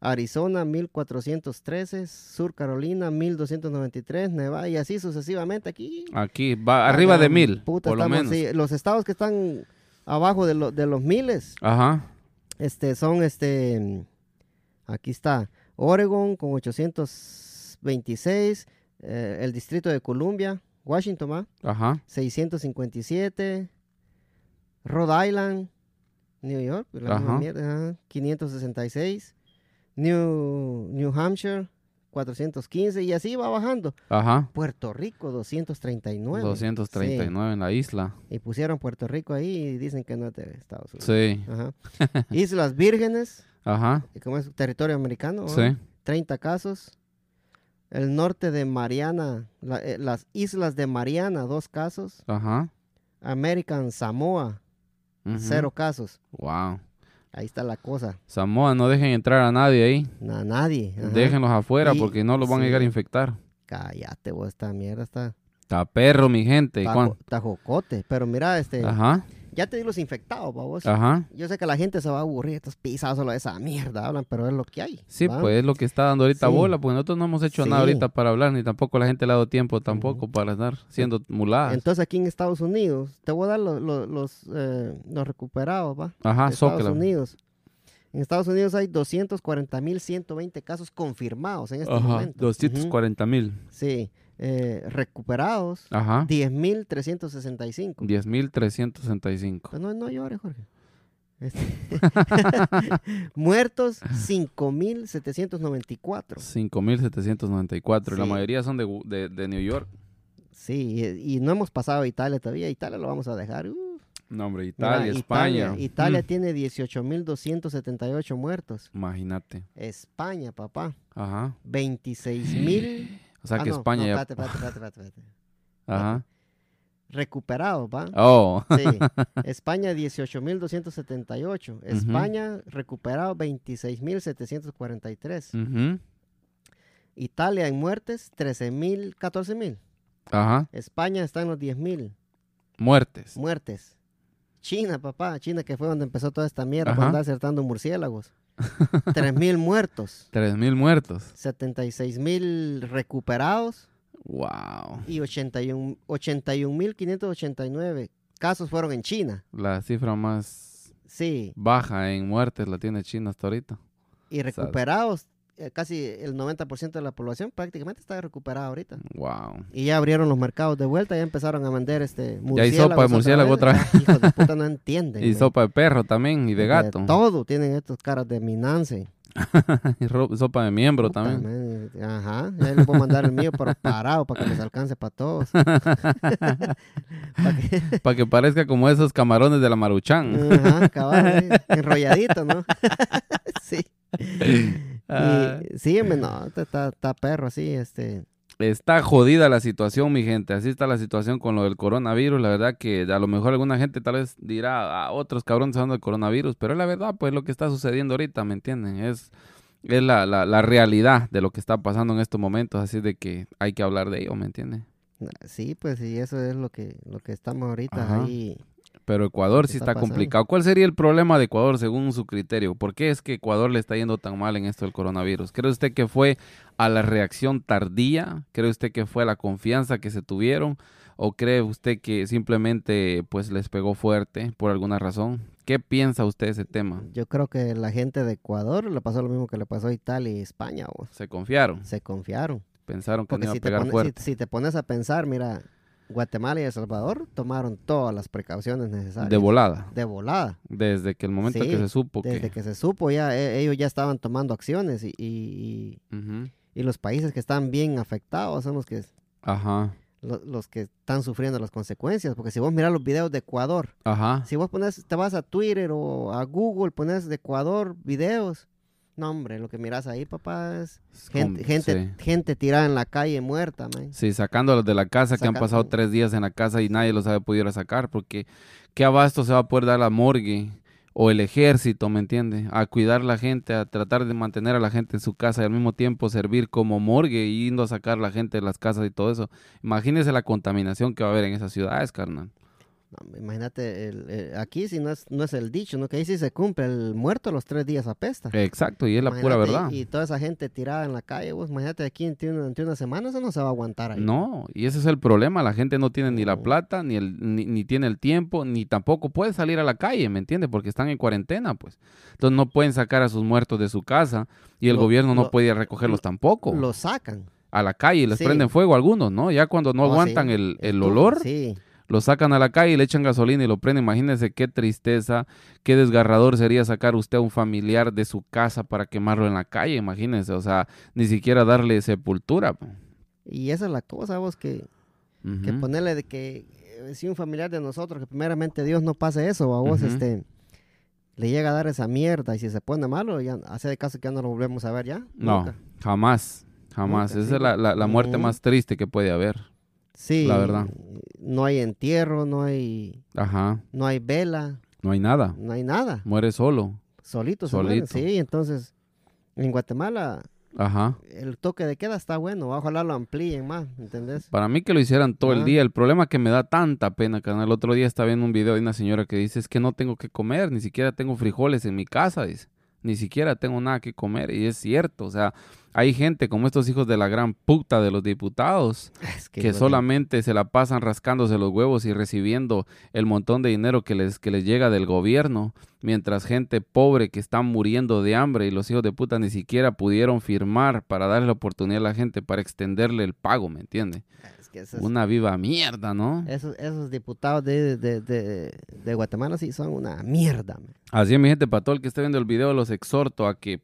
A: Arizona, 1413. Sur Carolina, 1293. Nevada, y así sucesivamente. Aquí.
B: Aquí, va arriba de
A: Gran
B: mil,
A: puta,
B: por lo
A: estamos,
B: menos.
A: sí, los estados que están abajo de, lo- de los miles
B: Ajá.
A: este, son este. Aquí está Oregon con 826. eh, el Distrito de Columbia, Washington, ¿va?
B: Ajá.
A: 657. Rhode Island, New York, pues, la misma
B: Ajá.
A: mierda, ajá, 566. New, New Hampshire, 415. Y así va bajando.
B: Ajá.
A: Puerto Rico, 239.
B: 239 en la isla.
A: Y pusieron Puerto Rico ahí y dicen que no es de Estados Unidos.
B: Sí.
A: Ajá. Islas Vírgenes,
B: Ajá.
A: y como es territorio americano, ¿va?
B: Sí.
A: 30 casos. El norte de Mariana, la- eh, las islas de Mariana, dos casos.
B: Ajá.
A: American Samoa,
B: ujú.
A: cero casos.
B: Wow.
A: Ahí está la cosa.
B: Samoa, no dejen entrar a nadie ahí.
A: Na- nadie. ajá.
B: Déjenlos afuera
A: Y-
B: porque no los van a
A: sí.
B: llegar a infectar.
A: Cállate, vos, esta mierda está.
B: Está perro, mi gente.
A: tajo-
B: Juan.
A: tajocote. Pero mira, este.
B: Ajá. Ah.
A: Ya te di los infectados, pa' vos.
B: Ajá.
A: Yo sé que la gente se va a aburrir, estos pisados solo de esa mierda hablan, pero es lo que hay.
B: Sí,
A: ¿va?
B: pues es lo que está dando ahorita
A: Sí.
B: bola, porque nosotros no hemos hecho nada
A: Sí.
B: ahorita para hablar, ni tampoco la gente le ha dado tiempo tampoco para estar siendo muladas.
A: Entonces aquí en Estados Unidos, te voy a dar lo- lo- los, eh, los recuperados, ¿va?
B: Ajá,
A: de Estados
B: zócala.
A: Unidos. En Estados Unidos hay 240.120 casos confirmados en este
B: Ajá,
A: momento.
B: 240 mil.
A: Ujú. Sí, eh, recuperados
B: Ajá,
A: 10.365.
B: 10.365.
A: Pues no, no llores, Jorge. Este, Muertos 5.794.
B: 5.794. y La
A: Sí.
B: mayoría son de, de- de New York.
A: Sí, y, y no hemos pasado a Italia todavía. Italia lo vamos a dejar. uh.
B: No, hombre,
A: Mira,
B: Italia, España.
A: Italia, Italia
B: Mm,
A: tiene 18.278 muertos.
B: Imagínate.
A: España, papá,
B: Ajá.
A: 26.000.
B: O sea
A: Ah,
B: que
A: no,
B: España
A: no,
B: ya.
A: espérate, espérate, espérate, espérate, espérate.
B: Ajá.
A: Recuperado, ¿va?
B: Oh,
A: Sí. España 18.278. España recuperado 26.743.
B: ujú,
A: Italia en muertes 13.000, 14.000.
B: Ajá.
A: España está en los 10.000
B: Muertes.
A: muertes. China, papá, China que fue donde empezó toda esta mierda
B: Ajá.
A: para andar acertando murciélagos. 3.000 muertos,
B: 3.000 muertos.
A: 76.000 recuperados
B: Wow.
A: y 81 81.589 casos fueron en China.
B: La cifra más
A: Sí,
B: baja en muertes la tiene China hasta ahorita.
A: y recuperados, eh, casi el 90% de la población prácticamente está recuperada ahorita.
B: Wow.
A: Y ya abrieron los mercados de vuelta, ya empezaron a vender este
B: hay
A: murciélagos.
B: sopa de murciélago otra
A: Ah, hijos de puta, no entienden.
B: Y
A: güey.
B: sopa de perro también y de gato.
A: todo tienen estos caras de minance.
B: Y ro- sopa de miembro
A: Puta
B: también.
A: madre, Ajá, ya les voy a mandar el mío, pero parado, para que les alcance para todos. Pa' que-
B: Para que parezca como esos camarones de la Maruchan.
A: Ajá, cabal, güey, enrolladito, ¿no? sí.
B: Ah.
A: Y, sí, hombre, no, está- está está perro así, este...
B: Está jodida la situación, mi gente. Así está la situación con lo del coronavirus. La verdad que a lo mejor alguna gente tal vez dirá a otros cabrones hablando del coronavirus, pero es la verdad, pues lo que está sucediendo ahorita, ¿me entienden? Es, es la, la- la realidad de lo que está pasando en estos momentos, así de que hay que hablar de ello, ¿me entienden?
A: Na- Sí, pues y eso es lo que lo que estamos ahorita
B: Ajá.
A: ahí.
B: Pero
A: Lo
B: Ecuador
A: que
B: sí
A: está
B: está,
A: pasando.
B: complicado. ¿Cuál sería el problema de Ecuador según su criterio? ¿Por qué es que Ecuador le está yendo tan mal en esto del coronavirus? ¿Cree usted que fue a la reacción tardía? ¿Cree usted que fue a la confianza que se tuvieron? ¿O cree usted que simplemente pues les pegó fuerte por alguna razón? ¿Qué piensa usted de ese tema?
A: Yo creo que la gente de Ecuador le pasó lo mismo que le pasó a Italia y España, vos.
B: ¿Se confiaron?
A: Se confiaron.
B: ¿Pensaron que no
A: Porque
B: iba a
A: si te,
B: pegar
A: pone- si-
B: fuerte?
A: si te pones a pensar, mira, Guatemala y El Salvador tomaron todas las precauciones necesarias.
B: De volada.
A: De volada.
B: Desde que el momento
A: Sí,
B: que se supo que...
A: Desde que se supo, ya e- ellos ya estaban tomando acciones y, y-
B: Ujú.
A: y- y los países que están bien afectados son los que,
B: Ajá,
A: lo- los que están sufriendo las consecuencias. Porque si vos mirás los videos de Ecuador,
B: ajá.
A: Si vos pones, te vas a Twitter o a Google, pones de Ecuador videos. No, hombre, lo que miras ahí, papá, es gente,
B: Com- sí.
A: gente, gente tirada en la calle muerta, man.
B: Sí, sacándolos de la casa, que han
A: Saca-
B: pasado tres días en la casa y nadie los ha podido sacar, porque ¿qué abasto se va a poder dar la morgue o el ejército, ¿me entiendes? A cuidar la gente, a tratar de mantener a la gente en su casa y al mismo tiempo servir como morgue y yendo a sacar a la gente de las casas y todo eso. Imagínense la contaminación que va a haber en esas ciudades, carnal.
A: Imagínate, el, el- aquí si no es, no es el dicho, ¿no? Que ahí sí se cumple, el muerto a los tres días apesta.
B: Exacto, y es la pura
A: Imagínate,
B: verdad.
A: Y, y toda esa gente tirada en la calle, vos, imagínate aquí en, en, una semana, eso no se va a aguantar ahí.
B: No, y ese es el problema. La gente no tiene ni la
A: Mm.
B: plata, ni, el, ni, ni tiene el tiempo, ni tampoco puede salir a la calle, ¿me entiendes? Porque están en cuarentena, pues. Entonces no pueden sacar a sus muertos de su casa y el
A: Lo-
B: gobierno no
A: lo-
B: puede ir a recogerlos tampoco.
A: Lo sacan.
B: a la calle y les
A: Sí.
B: prenden fuego a algunos, ¿no? Ya cuando no
A: Oh, sí,
B: aguantan el, el
A: estufa,
B: olor,
A: Sí.
B: lo sacan a la calle y le echan gasolina y lo prenden. Imagínense qué tristeza, qué desgarrador sería sacar usted a un familiar de su casa para quemarlo en la calle, imagínense. O sea, ni siquiera darle sepultura. po.
A: Y esa es la cosa, vos, que, que
B: Ujú.
A: ponerle de que eh, si un familiar de nosotros, que primeramente Dios no pase eso, a vos,
B: Ujú.
A: este, le llega a dar esa mierda y si se pone malo, ya hace de caso que ya no lo volvemos a ver ya.
B: No,
A: Nunca.
B: jamás, jamás.
A: Nunca,
B: Esa
A: sí.
B: es la, la- la muerte
A: Ujú.
B: más triste que puede haber.
A: Sí.
B: La verdad.
A: No hay entierro, no hay,
B: Ajá,
A: no hay vela,
B: no hay nada.
A: no hay nada.
B: Muere solo.
A: Solito, se mueren,
B: Solito.
A: Sí, entonces, en Guatemala
B: Ajá.
A: el toque de queda está bueno, ojalá lo amplíen más, ¿entendés?
B: Para mí que lo hicieran todo el
A: Ah.
B: día. El problema que me da tanta pena, carnal. El otro día estaba viendo un video de una señora que dice, es que no tengo que comer, ni siquiera tengo frijoles en mi casa, dice. Ni siquiera tengo nada que comer. Y es cierto, o sea, hay gente como estos hijos de la gran puta de los diputados
A: Es
B: que
A: hijo de-
B: solamente se la pasan rascándose los huevos y recibiendo el montón de dinero que les, que les llega del gobierno, mientras gente pobre que está muriendo de hambre y los hijos de puta ni siquiera pudieron firmar para darle la oportunidad a la gente para extenderle el pago, ¿me entiendes?
A: es Eh. que esos,
B: Una viva mierda, ¿no?
A: esos- esos diputados de, de- de- de Guatemala sí son una mierda. man.
B: Así es, mi gente, para todo el que esté viendo el video, los exhorto a que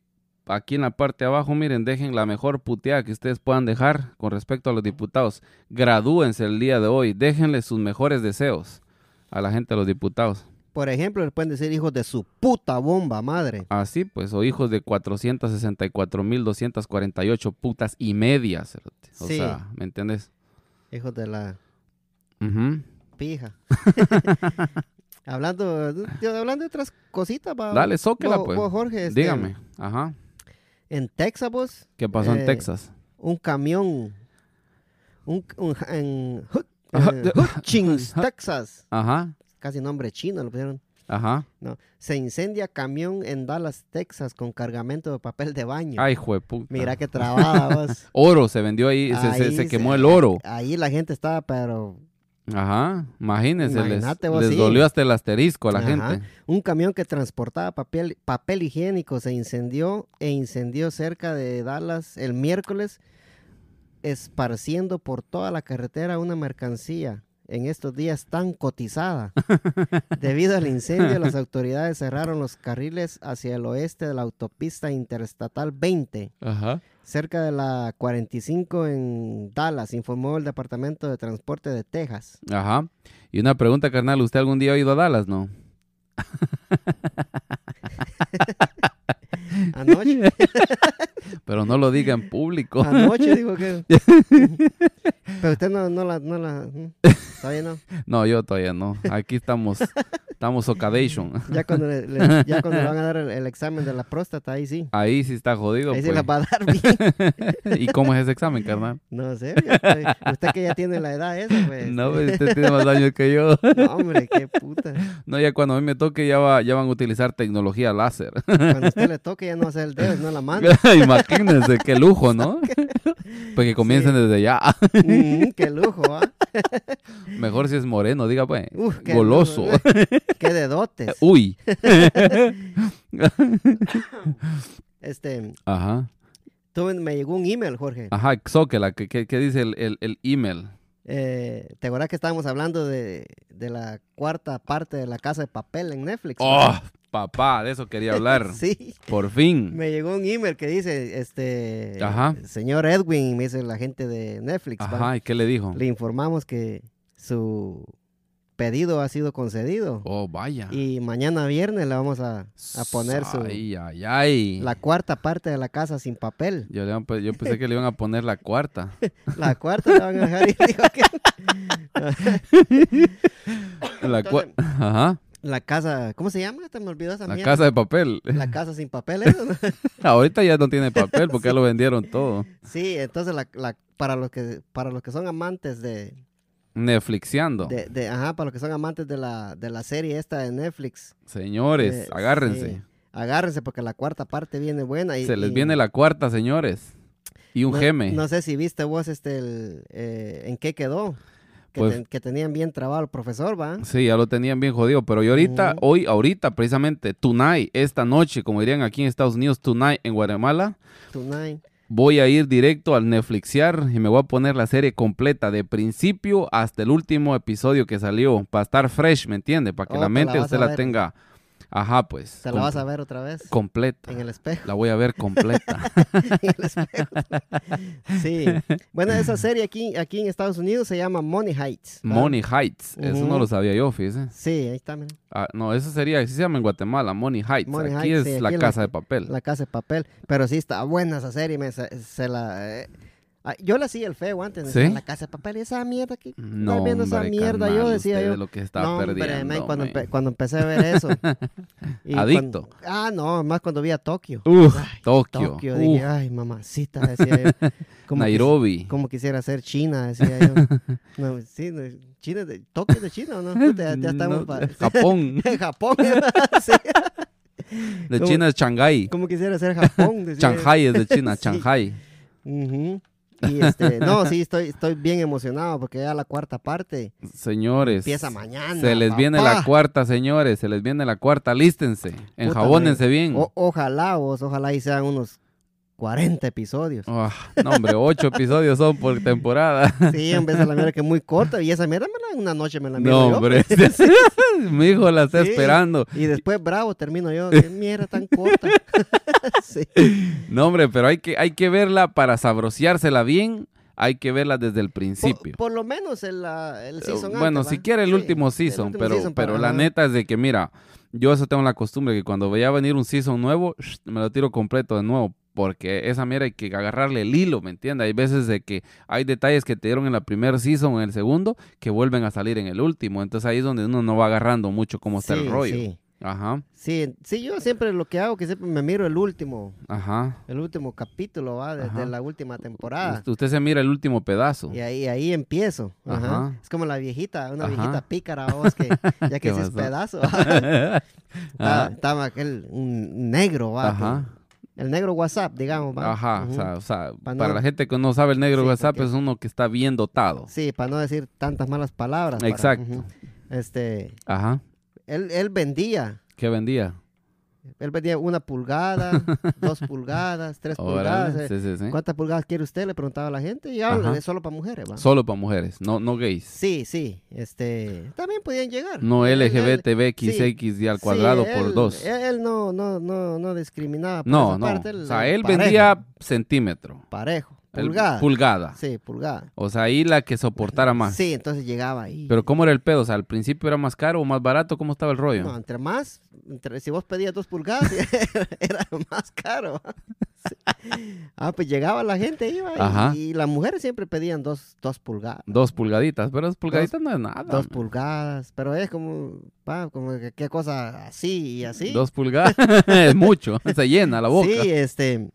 B: aquí en la parte de abajo, miren, dejen la mejor puteada que ustedes puedan dejar con respecto a los diputados. Gradúense el día de hoy, déjenle sus mejores deseos a la gente de los diputados.
A: Por ejemplo, le pueden decir hijos de su puta bomba madre.
B: Así pues, o hijos de 464.248 putas y medias. cerote. O
A: Sí.
B: sea, ¿me entiendes?
A: Hijos de la
B: Ujú.
A: pija. hablando, de- hablando de otras cositas, va.
B: Dale, zóquela,
A: vos-
B: pues.
A: vos, Jorge, este,
B: Dígame. Ajá.
A: En Texas, vos,
B: ¿Qué pasó
A: Eh,
B: en Texas?
A: un camión, un, un- en
B: Ajá.
A: eh, Hutchins, Texas,
B: Ajá.
A: casi nombre chino lo pusieron.
B: Ajá.
A: No, se incendia camión en Dallas, Texas con cargamento de papel de baño.
B: Ay, jueputa.
A: Mira qué trabada, vos.
B: Oro, se vendió ahí, se, se-
A: Ahí
B: se
A: se-
B: quemó el oro.
A: Ahí la gente estaba, pero
B: Ajá, imagínense, les,
A: Imagínate vos,
B: les
A: sí.
B: dolió hasta el asterisco a la
A: Ajá.
B: gente.
A: un camión que transportaba papel, papel higiénico se incendió e incendió cerca de Dallas el miércoles, esparciendo por toda la carretera una mercancía. En estos días tan cotizada. Debido al incendio, las autoridades cerraron los carriles hacia el oeste de la autopista interestatal 20.
B: Ajá.
A: cerca de la 45 en Dallas, informó el Departamento de Transporte de Texas.
B: Ajá. Y una pregunta, carnal, ¿usted algún día ha ido a Dallas, no?
A: Anoche,
B: Pero no lo diga en público.
A: anoche digo que... Pero usted no, no la... No la ¿hmm? todavía no.
B: No, yo todavía no. Aquí estamos, estamos socadation.
A: Ya cuando le, le- ya cuando le van a dar el, el examen de la próstata, ahí sí.
B: Ahí sí está jodido,
A: Ahí sí
B: pues.
A: la va a dar bien.
B: ¿Y cómo es ese examen, carnal?
A: No sé, ya estoy- usted que ya tiene la edad esa, pues.
B: No, pues, usted tiene más años que yo.
A: No, hombre, qué puta.
B: No, ya cuando a mí me toque ya, va, ya van a utilizar tecnología láser.
A: Cuando usted le toque ya no hace el dedo, no la mano.
B: Imagínense, qué lujo, ¿no? Pues que comiencen desde ya.
A: Mm, qué lujo, ¿ah?
B: Mejor si es moreno, diga pues.
A: Uf, qué
B: Goloso. Uh.
A: lujo, ¿eh? Qué dedotes.
B: Uy.
A: Este,
B: Ajá.
A: tuve- me llegó un email, Jorge.
B: Ajá, Xóquela, ¿qué, qué, qué dice el, el, el email?
A: Eh, ¿Te acuerdas que estábamos hablando de, de la cuarta parte de La Casa de Papel en Netflix?
B: Oh, papá, de eso quería hablar.
A: Sí,
B: Por fin.
A: me llegó un email que dice, este,
B: Ajá.
A: señor Edwin, me dice la gente de Netflix, ¿va?
B: Ajá, ¿y qué le dijo?
A: le informamos que su pedido ha sido concedido
B: Oh, vaya.
A: y mañana viernes le vamos a, a poner su,
B: Ay, ay, ay.
A: la cuarta parte de La Casa sin Papel.
B: Yo, le iba a pe- yo pensé que le iban a poner la cuarta.
A: La cuarta la van a dejar y dijo que...
B: La cua-
A: Entonces,
B: Ajá.
A: La casa, ¿cómo se llama? Te me olvidó esa
B: La
A: mierda.
B: casa de papel.
A: La casa sin papel, eso, ¿no?
B: Ahorita ya no tiene papel porque ya lo vendieron todo.
A: Sí, entonces la- la- para, los que, para los que son amantes de,
B: Netflixiando.
A: de, de- ajá, para los que son amantes de la, de la serie esta de Netflix,
B: Señores,
A: Eh,
B: agárrense.
A: sí. agárrense porque la cuarta parte viene buena. Y,
B: Se les
A: y
B: viene la cuarta, señores. Y un
A: no,
B: geme.
A: No sé si viste vos este el, eh, en qué quedó, que,
B: Pues-
A: ten- que tenían bien trabado el profesor, ¿va?
B: Sí, ya lo tenían bien jodido, pero yo ahorita,
A: Ujú.
B: hoy, ahorita, precisamente, tonight, esta noche, como dirían aquí en Estados Unidos, tonight en Guatemala,
A: Tonight.
B: voy a ir directo al Netflixiar y me voy a poner la serie completa, de principio hasta el último episodio que salió, para estar fresh, ¿me entiende? Para que
A: Oh,
B: la
A: te
B: mente
A: la vas
B: usted
A: a
B: la
A: ver.
B: tenga, ajá, pues.
A: ¿Te la vas
B: com-
A: a ver otra vez?
B: Completa.
A: En el espejo.
B: La voy a ver completa.
A: en el espejo. Sí. Bueno, esa serie aquí, aquí en Estados Unidos se llama Money Heights. ¿va?
B: Money Heights, eso no
A: Ujú.
B: lo sabía yo, fíjese.
A: Sí, ahí está, mira.
B: Ah, no, eso sería, así se llama en Guatemala, Money Heights.
A: Money
B: aquí
A: Heights,
B: es
A: sí,
B: la
A: aquí es la-
B: casa de papel.
A: La casa de papel. Pero sí está buena esa serie. me- se, se la, eh, ah, yo la hacía el feo antes.
B: ¿Sí?
A: decía, La casa de papel, esa mierda que.
B: No,
A: Estaba viendo esa
B: hombre,
A: mierda, yo
B: carnal,
A: decía
B: usted
A: yo,
B: de lo que está
A: no, hombre,
B: perdiendo,
A: men, cuando,
B: men.
A: empe- cuando empecé a ver eso. y cuando-
B: Adicto.
A: ah, no, más cuando vi a Tokio.
B: Uf,
A: Ay,
B: Tokio,
A: Tokio,
B: uf,
A: dije, ay, mamacita, decía yo. Como que-
B: Nairobi.
A: Como quisiera ser China, decía yo. No, sí, no, China, es de, Tokio es de China, o ¿no? Puta, Ya, ya estamos
B: No,
A: pa-
B: Japón.
A: en Japón. ¿verdad? Sí,
B: De
A: Como-
B: China es Shanghái.
A: como quisiera ser Japón. decía yo.
B: Shanghai es de China,
A: Sí.
B: Shanghai.
A: Ujú. Y este, no, sí, estoy, estoy bien emocionado porque ya la cuarta parte
B: Señores.
A: empieza mañana.
B: Se les viene la
A: papá.
B: cuarta, señores. Se les viene la cuarta. Lístense. Enjabónense bien.
A: O- ojalá vos, ojalá y sean unos 40 episodios.
B: Ah, no, hombre, ocho episodios son por temporada.
A: Sí, en vez de la mierda que es muy corta y esa mierda me la, en una noche me la miro
B: No,
A: yo.
B: hombre. Mi hijo la está
A: Sí.
B: esperando.
A: Y después bravo termino yo, qué mierda tan corta. Sí.
B: No, hombre, pero hay que, hay que verla para sabrociársela bien. Hay que verla desde el
A: Por,
B: principio. Eh,
A: por lo menos el, ah, el season
B: bueno,
A: antes,
B: si
A: ¿va?
B: quiere el
A: Sí,
B: último season,
A: último
B: pero,
A: season
B: pero
A: para-
B: la
A: ajá.
B: neta es de que, mira, yo eso tengo la costumbre que cuando vaya a venir un season nuevo, me lo tiro completo de nuevo. Porque esa mierda hay que agarrarle el hilo, ¿me entiendes? Hay veces de que hay detalles que te dieron en la primera season o en el segundo que vuelven a salir en el último. Entonces ahí es donde uno no va agarrando mucho cómo está
A: Sí,
B: el rollo.
A: Sí.
B: Ajá,
A: Sí, sí, yo siempre lo que hago que siempre me miro el último,
B: ajá.
A: el último capítulo, ¿va? De, de
B: Ajá.
A: la última temporada.
B: Usted se mira el último pedazo.
A: Y ahí, ahí empiezo. Ajá.
B: Ajá.
A: Es como la viejita, una
B: Ajá.
A: viejita pícara, vos, que ya
B: ¿Qué
A: que haces
B: pasó?
A: pedazo.
B: Ajá.
A: Estaba estaba aquel un negro, ¿va?
B: Ajá.
A: El negro WhatsApp, digamos, ¿va?
B: Ajá,
A: Ujú.
B: o sea, o sea,
A: Pa' no-
B: para la gente que no sabe el negro
A: Sí,
B: WhatsApp
A: porque-
B: es uno que está bien dotado.
A: Sí, para no decir tantas malas palabras. para-
B: Exacto.
A: ujú. Este,
B: Ajá.
A: él, él vendía.
B: ¿Qué vendía?
A: Él vendía una pulgada, dos pulgadas, tres
B: Órale,
A: pulgadas. eh.
B: sí, sí, sí.
A: ¿Cuántas pulgadas quiere usted? Le preguntaba a la gente. Y
B: Ajá.
A: ahora es solo para mujeres, ¿va?
B: Solo para mujeres, no, no gays.
A: Sí, sí. Este, también podían llegar.
B: No
A: Él- él-
B: LGBTBXX y al
A: sí,
B: cuadrado por
A: él-
B: dos.
A: Él, él no, no, no, no discriminaba. Por
B: no,
A: esa
B: no.
A: parte,
B: o sea, él
A: parejo,
B: vendía centímetro.
A: Parejo.
B: Él-
A: Pulgada.
B: pulgada.
A: Sí, pulgada.
B: O sea, ahí la que soportara más.
A: Sí, entonces llegaba ahí.
B: Pero ¿cómo era el pedo? O sea, al principio era más caro o más barato, ¿cómo estaba el rollo?
A: No, entre más, entre- si vos pedías dos pulgadas, era más caro. Sí. Ah, pues llegaba la gente, iba. y-
B: Ajá.
A: Y, las mujeres siempre pedían dos, dos pulgadas.
B: Dos pulgaditas, pero dos pulgaditas no es nada.
A: Dos
B: man.
A: pulgadas, pero es como, pa, como que qué cosa así y así.
B: Dos pulgadas es mucho, se llena la boca.
A: Sí, este.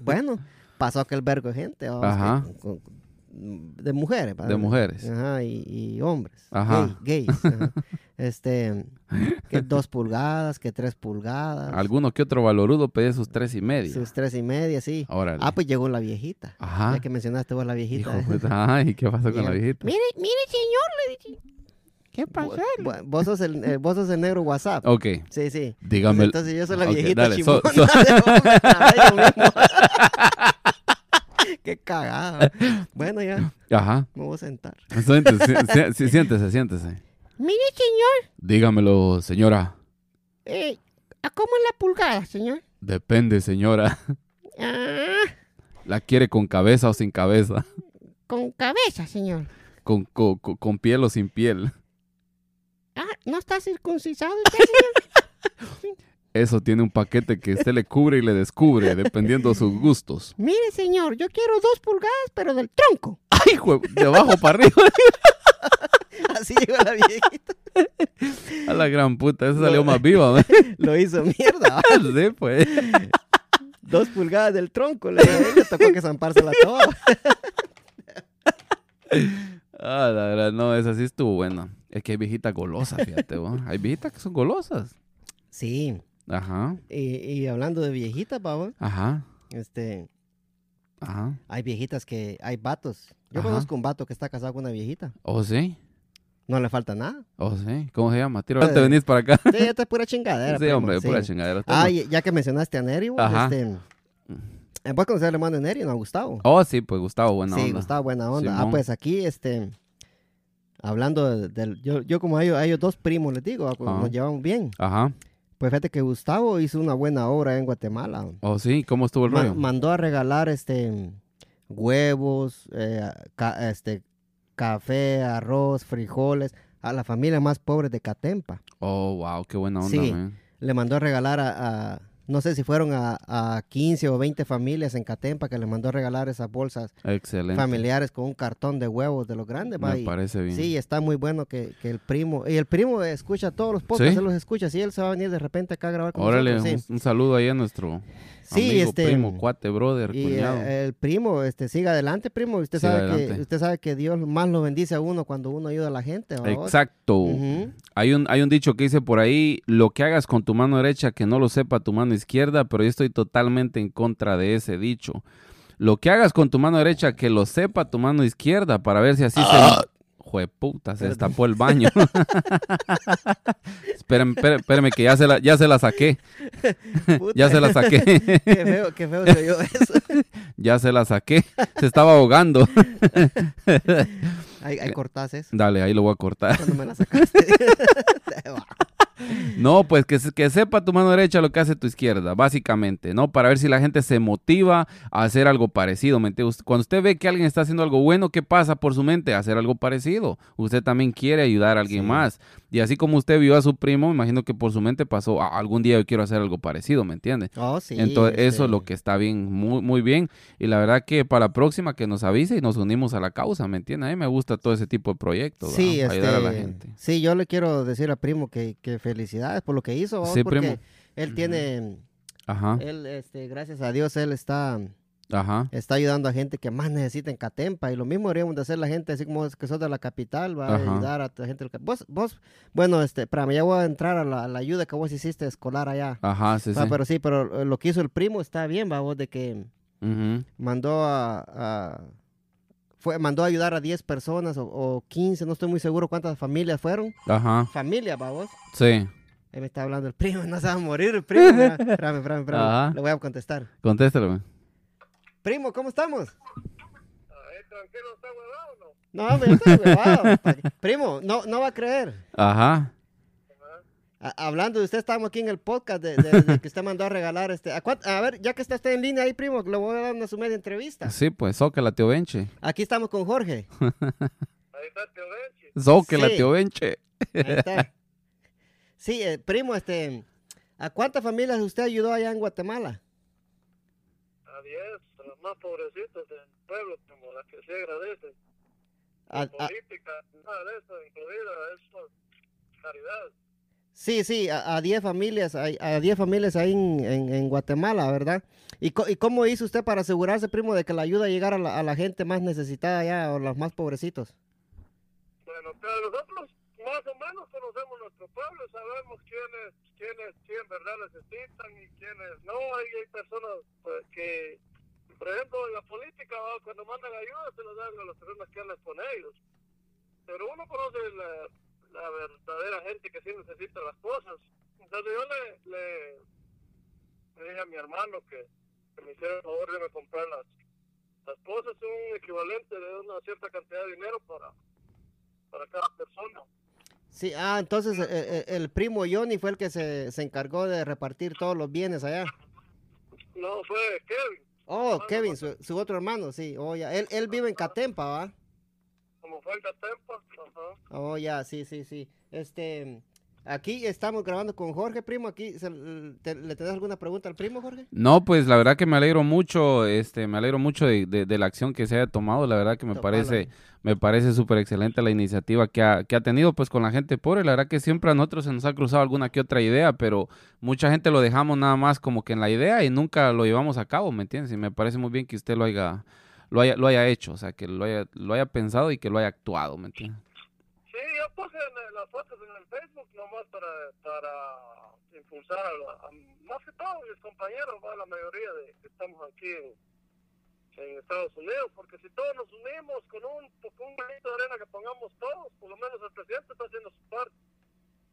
A: bueno, pasó aquel vergo de gente. vamos,
B: Ajá.
A: que- con- con- de mujeres, ¿va?
B: De mujeres.
A: Ajá, y, y hombres.
B: Ajá.
A: Gay- gays. ajá. Este, que dos pulgadas, que tres pulgadas.
B: Alguno que otro valorudo pedía sus tres y media.
A: ah, Sus tres y media, sí.
B: Órale.
A: Ah, pues llegó la viejita.
B: Ajá.
A: Ya que mencionaste vos la
B: Hijo
A: viejita.
B: de puta. Ay, ¿qué pasó con
A: Llega-
B: la viejita?
A: Mire, mire, señor, le dije.
B: ¿Qué
A: Vos, vos- Pues, vos sos el, eh, vos sos el negro WhatsApp.
B: Ok,
A: Sí, sí.
B: Oh. dígame.
A: Entonces yo soy la
B: Ok,
A: viejita
B: dale, so-
A: chimona.
B: so-
A: Ay, yo mismo. Qué cagada. Bueno, ya
B: Ajá.
A: me voy a sentar.
B: Siéntese, si- si- si- siéntese, siéntese.
C: Mire, señor,
B: Dígamelo, señora.
C: eh, ¿a cómo es la pulgada, señor?
B: Depende, señora.
C: Ah,
B: ¿La quiere con cabeza o sin cabeza?
C: con cabeza, señor.
B: ¿Con, co- co- con piel o sin piel?
C: Ah, ¿no está circuncisado usted, señor?
B: Eso tiene un paquete que usted le cubre y le descubre, dependiendo de sus gustos.
C: Mire, señor, yo quiero dos pulgadas, pero del tronco.
B: ¡Ay, jue- De abajo para arriba.
A: Así llegó la viejita.
B: A la gran puta, esa salió
A: No.
B: más viva. ¿ve?
A: Lo hizo mierda. ¿va?
B: sí, pues.
A: Dos pulgadas del tronco. Le, le tocó que zampársela toda.
B: Ah, la verdad, no, esa sí estuvo buena. Es que hay viejitas golosas, fíjate, vos. Hay viejitas que son golosas.
A: Sí.
B: Ajá,
A: Y, y hablando de viejitas, pavo,
B: ajá,
A: este,
B: ajá.
A: hay viejitas que, hay vatos. Yo
B: Ajá.
A: conozco un vato que está casado con una viejita.
B: ¿O Oh, sí?
A: No le falta nada.
B: ¿O Oh, sí? ¿Cómo se llama? Tiro, te venís para acá.
A: Sí, esta es pura chingadera.
B: Sí,
A: primo,
B: hombre,
A: sí.
B: pura chingadera.
A: Ah, y- ya que mencionaste a Neri, vos,
B: Ajá.
A: este, eh, ¿puedes conocer al hermano de Neri, no, a Gustavo?
B: Oh, sí, pues Gustavo, buena
A: sí,
B: onda.
A: Gustavo, buena onda. Ah,
B: Simón.
A: pues aquí, este, hablando del, del- yo, yo como a ellos, a ellos dos primos les digo, ah, pues,
B: Ajá.
A: nos llevamos bien.
B: Ajá.
A: Pues fíjate que Gustavo hizo una buena obra en Guatemala.
B: ¿O Oh, sí? ¿Cómo estuvo el
A: Ma-
B: rollo?
A: mandó a regalar, este, huevos, eh, ca- este, café, arroz, frijoles a la familia más pobre de Catempa.
B: Oh, wow, qué buena onda,
A: Sí.
B: man.
A: le mandó a regalar a, a- no sé si fueron a, a 15 o 20 familias en Catempa que le mandó a regalar esas bolsas
B: Excelente.
A: familiares con un cartón de huevos de los grandes. va,
B: Me
A: y-
B: parece bien.
A: sí, está muy bueno que, que el primo, y el primo escucha todos los podcasts,
B: ¿Sí?
A: él los escucha, sí, él se va a venir de repente acá a grabar con
B: Órale,
A: nosotros. sí.
B: un, un saludo ahí a nuestro
A: Sí,
B: amigo,
A: este,
B: primo, cuate, brother,
A: Y
B: cuñado.
A: eh, el primo, este, siga adelante, primo. Usted
B: Siga
A: sabe que
B: adelante.
A: usted sabe que Dios más lo bendice a uno cuando uno ayuda a la gente. ¿va vos?
B: Exacto.
A: eh, Ujú.
B: Hay un, hay un dicho que dice por ahí, lo que hagas con tu mano derecha que no lo sepa tu mano izquierda, pero yo estoy totalmente en contra de ese dicho. Lo que hagas con tu mano derecha que lo sepa tu mano izquierda para ver si así se... Jueputa, se
A: Perdón.
B: destapó el baño. espérenme, espérenme, espérenme que ya se la, ya se la saqué, ya se la saqué,
A: Qué feo, qué feo se oyó eso.
B: ya se la saqué. Se estaba ahogando.
A: Ahí, ahí cortás eso.
B: Dale, ahí lo voy a cortar.
A: Cuando me la sacaste.
B: No, pues que, se- que sepa tu mano derecha lo que hace tu izquierda, básicamente, ¿no? Para ver si la gente se motiva a hacer algo parecido, ¿me entiende? Usted- Cuando usted ve que alguien está haciendo algo bueno, ¿qué pasa por su mente? Hacer algo parecido. Usted también quiere ayudar a alguien
A: Sí.
B: más. Y así como usted vio a su primo, me imagino que por su mente pasó, "Ah, algún día yo quiero hacer algo parecido, ¿me entiende?
A: Oh, sí,
B: Entonces, eso es
A: este,
B: lo que está bien, muy, muy bien. Y la verdad que para la próxima que nos avise y nos unimos a la causa, ¿me entiende? A mí me gusta todo ese tipo de proyectos,
A: Sí,
B: ¿verdad? ayudar a la
A: este,
B: gente.
A: Sí, yo le quiero decir a Primo que, que felicidades por lo que hizo. ¿vos?
B: Sí,
A: porque
B: Primo. Ah.
A: Él tiene,
B: Ajá,
A: él, este, gracias a Dios, él está,
B: ajá.
A: está ayudando a gente que más necesita en Catempa. Y lo mismo deberíamos de hacer la gente, así como es que sos de la capital, va
B: Ajá.
A: a ayudar a la gente. del cap- Vos, vos, bueno, este, para mí ya voy a entrar a la, a la ayuda que vos hiciste escolar allá.
B: Ajá, Ah, sí, sí.
A: Va, Pero sí, pero eh, lo que hizo el Primo está bien, va vos, de que...
B: Ujú.
A: mandó a, a- fue, mandó a ayudar a 10 personas o, o 15, no estoy muy seguro cuántas familias fueron.
B: Ajá,
A: Familias, babos.
B: sí.
A: Ahí me está hablando el primo, no se va a morir el primo. mira. Espérame, espérame, espérame.
B: Ajá.
A: Le voy a contestar.
B: Contéstalo. man.
A: Primo, ¿cómo estamos? No, hombre, yo estoy huevado. Pa- Primo, no, no va a creer.
B: Ajá.
A: A- hablando de usted, estamos aquí en el podcast de, de- de que usted mandó a regalar. este ¿a, cuán- a ver, ya que está usted en línea ahí, primo, le voy a dar una suma de entrevista.
B: Sí, pues, zócala, tío Benche.
A: Aquí estamos con Jorge.
B: Zócala,
A: Sí.
B: tío Benche.
A: Ahí está. Sí, eh, primo, este, ¿a cuántas familias usted ayudó allá en Guatemala?
D: A 10, a los más pobrecitos del pueblo, como las que se agradecen.
A: A-
D: La
A: a-
D: política, nada de eso, incluida eso, caridad.
A: sí, sí, a a 10 familias, ahí- a 10 familias ahí en, en- en Guatemala, ¿verdad? ¿Y, co- y cómo hizo usted para asegurarse, primo, de que la ayuda llegara a la, a la gente más necesitada allá o los más pobrecitos?
D: Bueno, pero nosotros más o menos conocemos nuestro pueblo, sabemos quiénes, quiénes, quién verdad necesitan y quiénes no. Hay, hay personas pues, que, por ejemplo, en la política, ¿va? cuando mandan ayuda, se lo dan a las personas que hablan con ellos. Pero uno conoce la, la verdadera gente que sí necesita las cosas. Entonces yo le, le, le dije a mi hermano que, que me hiciera el favor de me comprar las, las cosas, un equivalente de una cierta cantidad de dinero para para cada persona.
A: Sí, ah, entonces eh, eh, el primo Johnny fue el que se, se encargó de repartir todos los bienes allá.
D: No, fue Kevin,
A: Oh, Kevin, su, su otro hermano, sí. Oh, ya. Él, él vive en Catempa, ¿va?
D: como fue el Catempa. Ajá.
A: Oh, ya, sí, sí, sí. Este, Aquí estamos grabando con Jorge, primo. Aquí se- te- ¿Le tenés alguna pregunta al primo, Jorge?
B: No, pues la verdad que me alegro mucho, este, me alegro mucho de, de- de la acción que se haya tomado, la verdad que me
A: Topala.
B: parece, me parece súper excelente la iniciativa que ha, que ha tenido pues con la gente pobre, la verdad que siempre a nosotros se nos ha cruzado alguna que otra idea, pero mucha gente lo dejamos nada más como que en la idea y nunca lo llevamos a cabo, ¿me entiendes? Y me parece muy bien que usted lo haya, lo haya, lo haya hecho, o sea, que lo haya, lo haya pensado y que lo haya actuado, ¿me entiendes?
D: Sí, yo puse en- en las fotos en el Facebook nomás para, para impulsar a, la- a- más que todo mis compañeros, va, la mayoría de que estamos aquí en, en Estados Unidos, porque si todos nos unimos con un, con un granito de arena que pongamos todos, por lo menos el presidente está haciendo su parte,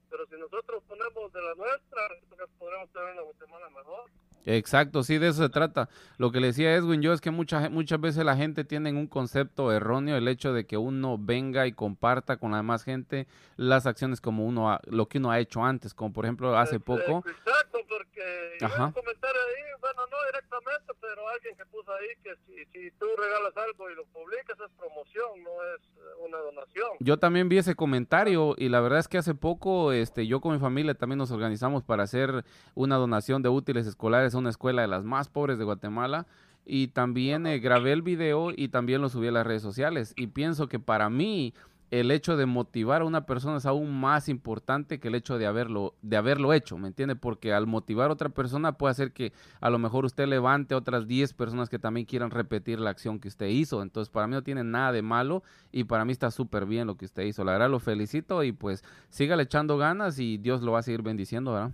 D: pero si nosotros ponemos de la nuestra, creo que podremos tener una Guatemala mejor.
B: Exacto, sí, de eso se trata. Lo que le decía Edwin yo es que muchas, muchas veces la gente tiene un concepto erróneo el hecho de que uno venga y comparta con la demás gente las acciones como uno ha- lo que uno ha hecho antes, como por ejemplo hace
D: Este,
B: poco.
D: Exacto, porque yo
B: Ajá.
D: un comentario ahí, bueno, no directamente, pero alguien que puso ahí que si, si tú regalas algo y lo publicas es promoción, no es eh, una donación.
B: Yo también vi ese comentario y la verdad es que hace poco este, yo con mi familia también nos organizamos para hacer una donación de útiles escolares a una escuela de las más pobres de Guatemala y también eh, grabé el video y también lo subí a las redes sociales y pienso que para mí el hecho de motivar a una persona es aún más importante que el hecho de haberlo, de haberlo hecho, ¿me entiende? Porque al motivar a otra persona puede hacer que a lo mejor usted levante a otras 10 personas que también quieran repetir la acción que usted hizo. Entonces, para mí no tiene nada de malo y para mí está súper bien lo que usted hizo. La verdad, lo felicito y pues sígale echando ganas y Dios lo va a seguir bendiciendo, ¿verdad?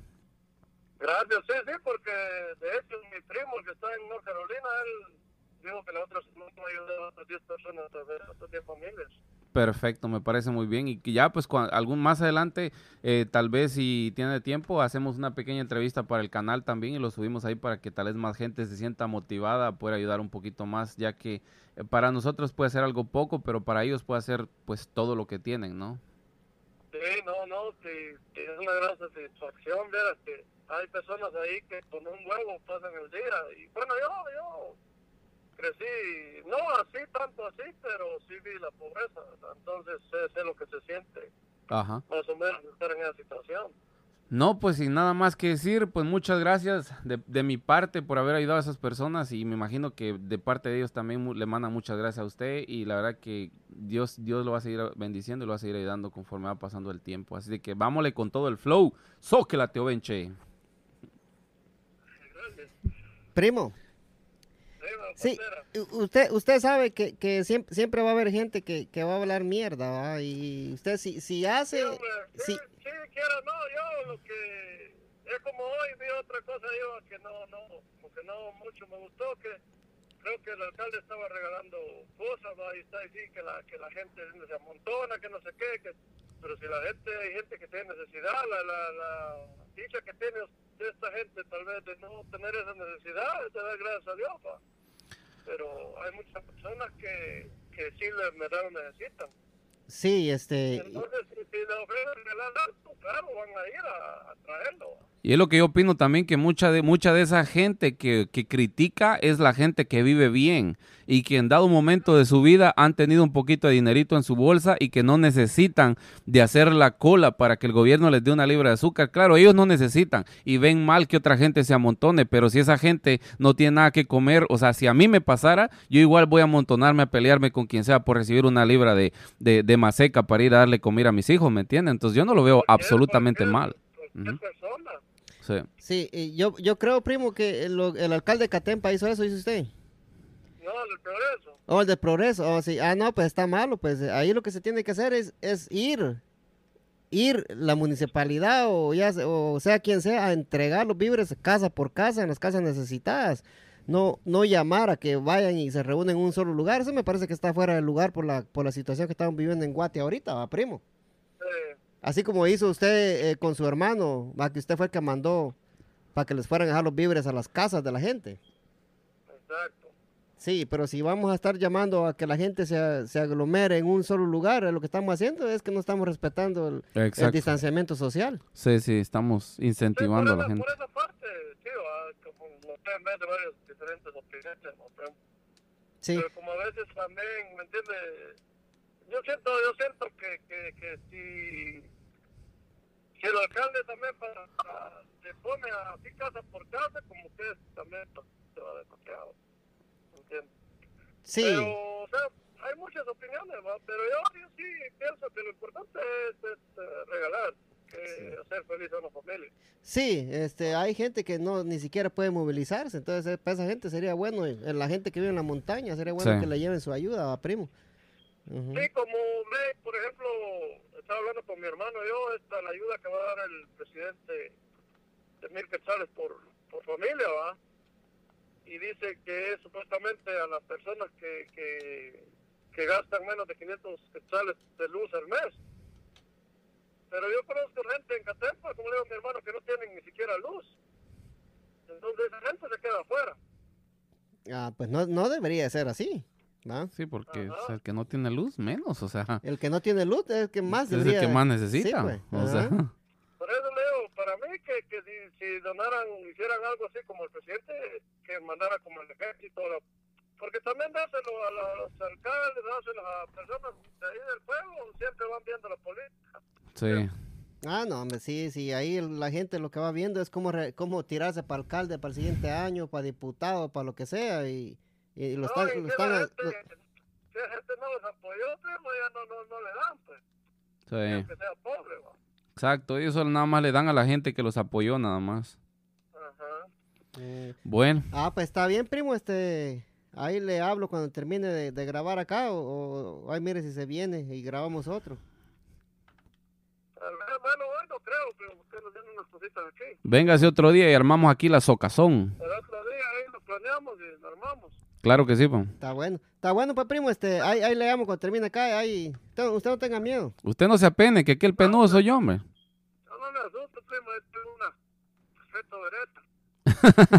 D: Gracias, sí, sí, porque de hecho mi primo el que está en North Carolina, él dijo que la otra semana me ayudó a otras 10 personas, a ver, a otras 10 familias.
B: Perfecto, me parece muy bien. Y que ya, pues, cua- algún más adelante, eh, tal vez si tiene tiempo, hacemos una pequeña entrevista para el canal también y lo subimos ahí para que tal vez más gente se sienta motivada a poder ayudar un poquito más, ya que eh, para nosotros puede ser algo poco, pero para ellos puede ser, pues, todo lo que tienen, ¿no?
D: Sí, no, no, sí, sí, es una gran satisfacción ver que hay personas ahí que con un huevo pasan el día. Y bueno, yo, yo crecí, no así, tanto así, pero sí vi la pobreza. ¿verdad? Entonces sé, sé lo que se siente,
B: Ajá.
D: más o menos, estar en esa situación.
B: No, pues sin nada más que decir, pues muchas gracias de, de mi parte por haber ayudado a esas personas y me imagino que de parte de ellos también mu- le mandan muchas gracias a usted y la verdad que Dios, Dios lo va a seguir bendiciendo y lo va a seguir ayudando conforme va pasando el tiempo. Así de que vámosle con todo el flow. la Teo Benche.
A: Primo, sí, u- usted, usted sabe que, que siempre, siempre va a haber gente que, que va a hablar mierda, ¿va? Y usted si, si hace...
D: sí,
A: si-
D: sí, quiero, no, yo lo que es como hoy vi otra cosa yo que no, no, como que no mucho me gustó que creo que el alcalde estaba regalando cosas, va, y está diciendo que la, que la gente se amontona, que no sé qué, que, pero si la gente, hay gente que tiene necesidad, la, la, la dicha que tiene esta gente tal vez de no tener esa necesidad, es de dar gracias a Dios, va. Pero hay muchas personas que, que sí le, en verdad lo necesitan.
A: Sí, este...
D: Entonces, si, si le ofrecen regalar algo, claro, van a ir a, a traerlo.
B: Y es lo que yo opino también que mucha de mucha de esa gente que, que critica es la gente que vive bien y que en dado momento de su vida han tenido un poquito de dinerito en su bolsa y que no necesitan de hacer la cola para que el gobierno les dé una libra de azúcar. Claro, ellos no necesitan y ven mal que otra gente se amontone, pero si esa gente no tiene nada que comer, o sea, si a mí me pasara, yo igual voy a amontonarme a pelearme con quien sea por recibir una libra de, de, de maseca para ir a darle comida a mis hijos, ¿me entienden? Entonces yo no lo veo absolutamente mal.
D: Cualquier
B: Ujú.
D: persona.
B: Sí.
A: Sí, y yo, yo creo, primo, que lo- el alcalde de Catempa hizo eso, dice usted.
D: No, el progreso.
A: O Oh, el de Progreso, o sí. Ah, no, pues está malo, pues eh, ahí lo que se tiene que hacer es, es ir, ir la municipalidad o ya se- o sea quien sea a entregar los víveres casa por casa en las casas necesitadas. No, no llamar a que vayan y se reúnen en un solo lugar. Eso me parece que está fuera de lugar por la, por la situación que estamos viviendo en Guate ahorita, va, primo.
D: Eh,
A: Así como hizo usted eh, con su hermano, va, que usted fue el que mandó para que les fueran a dejar los víveres a las casas de la gente.
D: exacto.
A: Sí, pero si vamos a estar llamando a que la gente se, se aglomere en un solo lugar, eh, lo que estamos haciendo es que no estamos respetando el, el distanciamiento social.
B: Sí, sí, estamos
D: Sí,
B: incentivando a la
D: por, esa,
B: gente.
D: por esa parte, sí, va, como lo pueden ver de varias diferentes opiniones, ¿no? pero,
A: Sí,
D: pero como a veces también, ¿me entiendes? Yo siento, yo siento que, que, que si, si el alcalde también para, para- se pone así casa por casa, como ustedes también pues, se va desbloqueado. ¿Entiendes?
A: Sí,
D: Pero, o sea, hay muchas opiniones, ¿va? pero yo, yo sí pienso que lo importante es, es, eh, regalar, que hacer feliz a una familia.
A: sí, este, hay gente que no ni siquiera puede movilizarse, entonces eh, para esa gente sería bueno, eh, la gente que vive en la montaña, sería bueno
B: Sí.
A: que le lleven su ayuda, ¿va, primo. Ujú.
D: Sí, como ve, por ejemplo, estaba hablando con mi hermano, yo, esta la ayuda que va a dar el presidente de Mil Quetzales por, por familia, ¿va? Y dice que es supuestamente a las personas que, que, que gastan menos de 500 quetzales de luz al mes. Pero yo conozco gente en Catepa, como le digo a mi hermano, que no tienen ni siquiera luz. Entonces esa gente se queda afuera.
A: Ah, pues no, no debería ser así, ¿va?
B: Sí, porque o sea,
D: Ajá.
B: el que no tiene luz, menos, o sea,
A: El que no tiene luz es el que más
B: es el
A: debería-
B: que más
A: Sí,
B: necesita.
A: pues,
B: o sea,
A: ajá.
D: Por eso Leo, para mí que, que si, si donaran, hicieran algo así como el presidente, que mandara como el ejército, la- porque también dáselo a, la- a los alcaldes, dáselo a personas de ahí del pueblo, siempre van viendo la política.
B: sí.
A: Ah, no, hombre, sí, sí, ahí el- la gente lo que va viendo es cómo, re- cómo tirarse para alcalde, para el siguiente año, para diputado, para lo que sea, y, y lo están...
D: no, y
A: lo
D: si
A: están-
D: la gente,
A: lo-
D: si la gente no los apoyó, pues no, ya no, no, no le dan, pues,
B: sí.
D: que sea pobre, va.
B: Exacto, ellos solo nada más le dan a la gente que los apoyó nada más.
D: Ajá.
A: Mm.
B: Bueno,
A: Ah, pues está bien, primo, este... Ahí le hablo cuando termine de, de grabar acá, o, o- Ay, mire si se viene y grabamos otro.
D: Tal vez, Bueno, hoy no creo, pero ustedes nos tienen unas cositas aquí.
B: véngase otro día y armamos aquí la socazón.
D: El otro día ahí lo planeamos y lo armamos.
B: Claro que sí, pa.
A: Está bueno. Está bueno, pues, primo, este... Ahí, ahí le llamo cuando termine acá, ahí... Te- Usted no tenga miedo.
B: Usted no se apene, que aquí el penudo soy yo, hombre.
D: No, no me asusto, primo, es una perfecta vereta.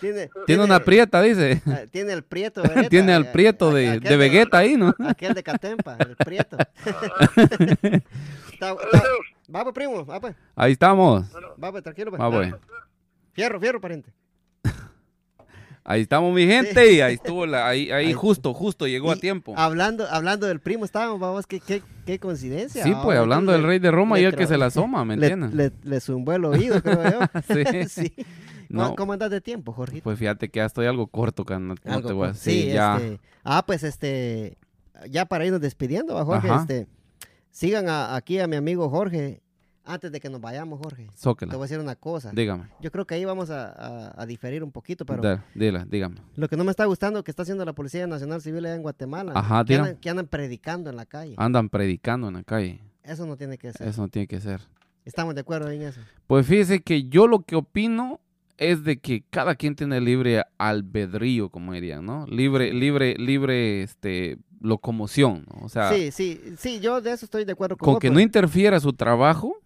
A: Tiene,
B: Tiene una prieta, dice.
A: ah, Tiene el prieto. Beretta,
B: Tiene
A: eh,
B: al prieto
A: a-
B: de,
A: aquel
B: de Vegeta ahí, ¿no?
A: Aquel de Catempa, el prieto. Está- está-
D: Leo,
A: Va, pues, primo, va, pues,
B: Ahí estamos.
A: va, pues, tranquilo, pues.
B: Ah, bueno.
A: Fierro, fierro, pariente.
B: Ahí estamos, mi gente. Y ahí estuvo, la, ahí, ahí justo, justo llegó a
A: Y
B: tiempo.
A: Hablando, hablando del primo, estábamos, vamos, qué, qué, qué coincidencia.
B: Sí, pues,
A: ahora
B: hablando
A: que
B: del
A: le-
B: rey de Roma
A: le
B: y el que
A: tra-
B: se la asoma, ¿me
A: Le,
B: entiendes?
A: le, le zumbó el oído, creo yo.
B: Sí.
A: Sí. ¿Cu-
B: No,
A: ¿Cómo andas de tiempo, Jorgito?
B: pues fíjate que ya estoy algo corto, carnal, no
A: Algo
B: Ah, te voy a-
A: con-
B: Sí, ya.
A: este, ah, pues este, ya para irnos despidiendo, ¿va, Jorge,
B: Ajá.
A: este, sigan a- aquí a mi amigo Jorge. Antes de que nos vayamos, Jorge, te
B: Zóquela,
A: voy a decir una cosa.
B: dígame.
A: Yo creo que ahí vamos a, a- a diferir un poquito, pero
B: Dale, dila, dígame.
A: lo que no me está gustando que está haciendo la Policía Nacional Civil allá en Guatemala,
B: Ajá, Ah.
A: que,
B: diga.
A: andan, que andan predicando en la calle.
B: Andan predicando en la calle.
A: Eso no tiene que ser.
B: Eso no tiene que ser.
A: Estamos de acuerdo en eso.
B: Pues fíjese que yo lo que opino es de que cada quien tiene libre albedrío, como dirían, ¿no? Libre, libre, libre, este, locomoción, ¿no? O sea,
A: sí, sí, sí, yo de eso estoy de acuerdo con,
B: con
A: vos,
B: que no
A: pero-
B: interfiera su trabajo,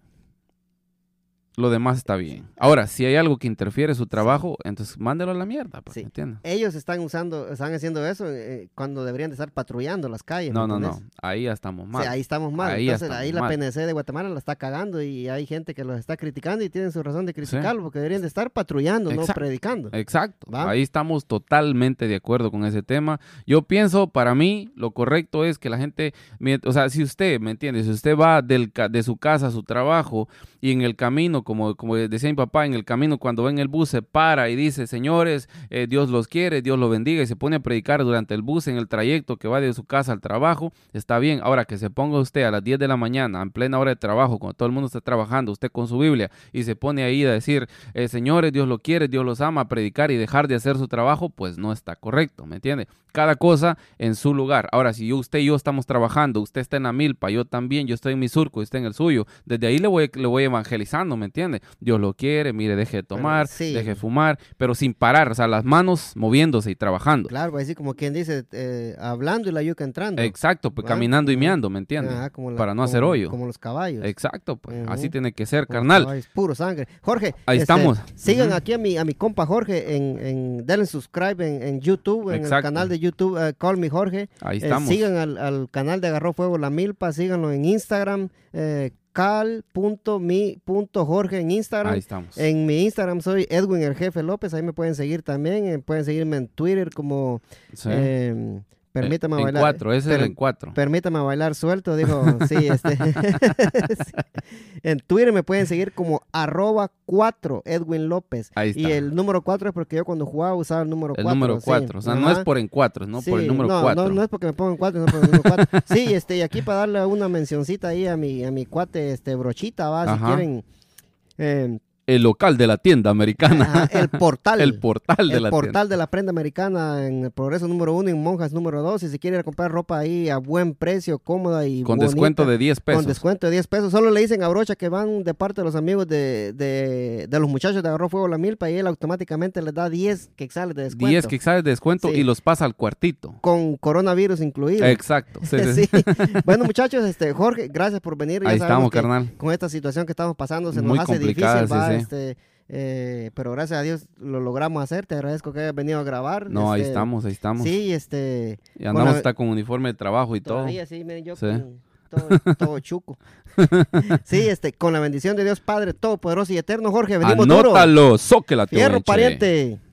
B: lo demás está bien. Ahora, si hay algo que interfiere su trabajo, entonces mándelo a la mierda, pues,
A: Sí.
B: ¿me entiendes?
A: Ellos están usando, están haciendo eso eh, cuando deberían de estar patrullando las calles.
B: No,
A: ¿me
B: no, no,
A: entendés?
B: ahí ya estamos
A: O
B: mal.
A: sea, ahí estamos mal.
B: Ahí
A: Entonces,
B: estamos
A: ahí la
B: mal.
A: PNC de Guatemala la está cagando y hay gente que los está criticando y tienen su razón de criticarlo porque deberían de estar patrullando, no
B: Exacto.
A: predicando.
B: Exacto,
A: ¿Va?
B: ahí estamos totalmente de acuerdo con ese tema. Yo pienso, para mí, lo correcto es que la gente, mien- o sea, si usted, ¿me entiende? Si usted va del, ca- de su casa a su trabajo y en el camino, como, como decía mi papá, en el camino cuando va en el bus se para y dice, señores, eh, Dios los quiere, Dios los bendiga y se pone a predicar durante el bus en el trayecto que va de su casa al trabajo, está bien. Ahora que se ponga usted a las 10 de la mañana, en plena hora de trabajo, cuando todo el mundo está trabajando, usted con su Biblia y se pone ahí a decir, eh, señores, Dios lo quiere, Dios los ama, predicar y dejar de hacer su trabajo, pues no está correcto, ¿me entiende? Cada cosa en su lugar. Ahora, si yo, usted y yo estamos trabajando, usted está en la milpa, yo también, yo estoy en mi surco, usted en el suyo, desde ahí le voy, le voy evangelizando, ¿me entiende? Dios lo quiere, mire, deje de tomar,
A: sí.
B: deje de fumar, pero sin parar, o sea, las manos moviéndose y trabajando.
A: Claro, pues, así como quien dice, eh, hablando y la yuca entrando.
B: Exacto, pues
A: ¿Va?
B: caminando y
A: Ujú.
B: meando, ¿me entiende?
A: Ajá, Ah, como la-
B: Para no
A: como-
B: hacer hoyo.
A: Como los caballos.
B: Exacto, pues
A: Ujú.
B: así tiene que ser,
A: Puro
B: carnal.
A: caballo, es Puro sangre. Jorge. este,
B: Ahí estamos.
A: Sigan
B: Ujú.
A: aquí a mi, a mi compa Jorge en, en denle subscribe en, en YouTube, en el
B: Exacto.
A: canal de YouTube, eh, Call Me Jorge.
B: Ahí
A: Eh,
B: estamos.
A: sigan al, al canal de Agarró Fuego La Milpa, síganlo en Instagram, eh, cal.mi.jorge en Instagram.
B: Ahí estamos.
A: En mi Instagram soy eh, Edwin el Jefe López, ahí me pueden seguir también, eh, pueden seguirme en Twitter como
B: Sí.
A: eh, Permítame
B: en
A: bailar.
B: cuatro, ese
A: Pero-
B: es en cuatro.
A: Permítame bailar suelto, dijo. Sí, este. sí. En Twitter me pueden seguir como arroba 4 Edwin López.
B: Ahí
A: Y
B: está.
A: el número 4 es porque yo cuando jugaba usaba el número 4.
B: el número cuatro. O sea, no es por en cuatro, no por el número
A: no,
B: cuatro.
A: No, no es porque me pongan cuatro, no por el número cuatro. Sí, este, y aquí para darle una mencioncita ahí a mi, a mi cuate, este, brochita, va, si
B: Ajá.
A: quieren. eh,
B: El local de la tienda americana.
A: ajá, el portal.
B: el portal de
A: el
B: la
A: portal de la prenda americana en el Progreso número uno, en Monjas número dos. Y si quieren comprar ropa ahí a buen precio, cómoda y
B: tienda. Con
A: bonita,
B: descuento de 10 pesos.
A: Con descuento de 10 pesos. Solo le dicen a Brocha que van de parte de los amigos de, de, de los muchachos de Agarró Fuego la Milpa y él automáticamente les da 10 quexales de descuento.
B: 10 quizás de descuento
A: Sí.
B: y los pasa al cuartito.
A: Con coronavirus incluido.
B: Exacto. Sí, sí, sí.
A: Sí. Bueno, muchachos, este Jorge, gracias por venir. Ya
B: Ahí
A: sabemos
B: estamos,
A: que
B: carnal.
A: Con esta situación que estamos pasando se
B: Muy
A: nos hace difícil,
B: complicada, sí,
A: va,
B: sí.
A: este, eh, pero gracias a Dios lo logramos hacer. Te agradezco que hayas venido a grabar.
B: No, ahí
A: este,
B: estamos, ahí estamos.
A: Sí, este,
B: Y andamos
A: Bueno,
B: hasta con uniforme de trabajo y todo.
A: Todavía sí, miren, yo
B: Sí.
A: con todo, todo chuco. sí, este, con la bendición de Dios Padre Todopoderoso y Eterno, Jorge, venimos duro.
B: Anótalo, zóquela tú,
A: Fierro,
B: eche.
A: pariente.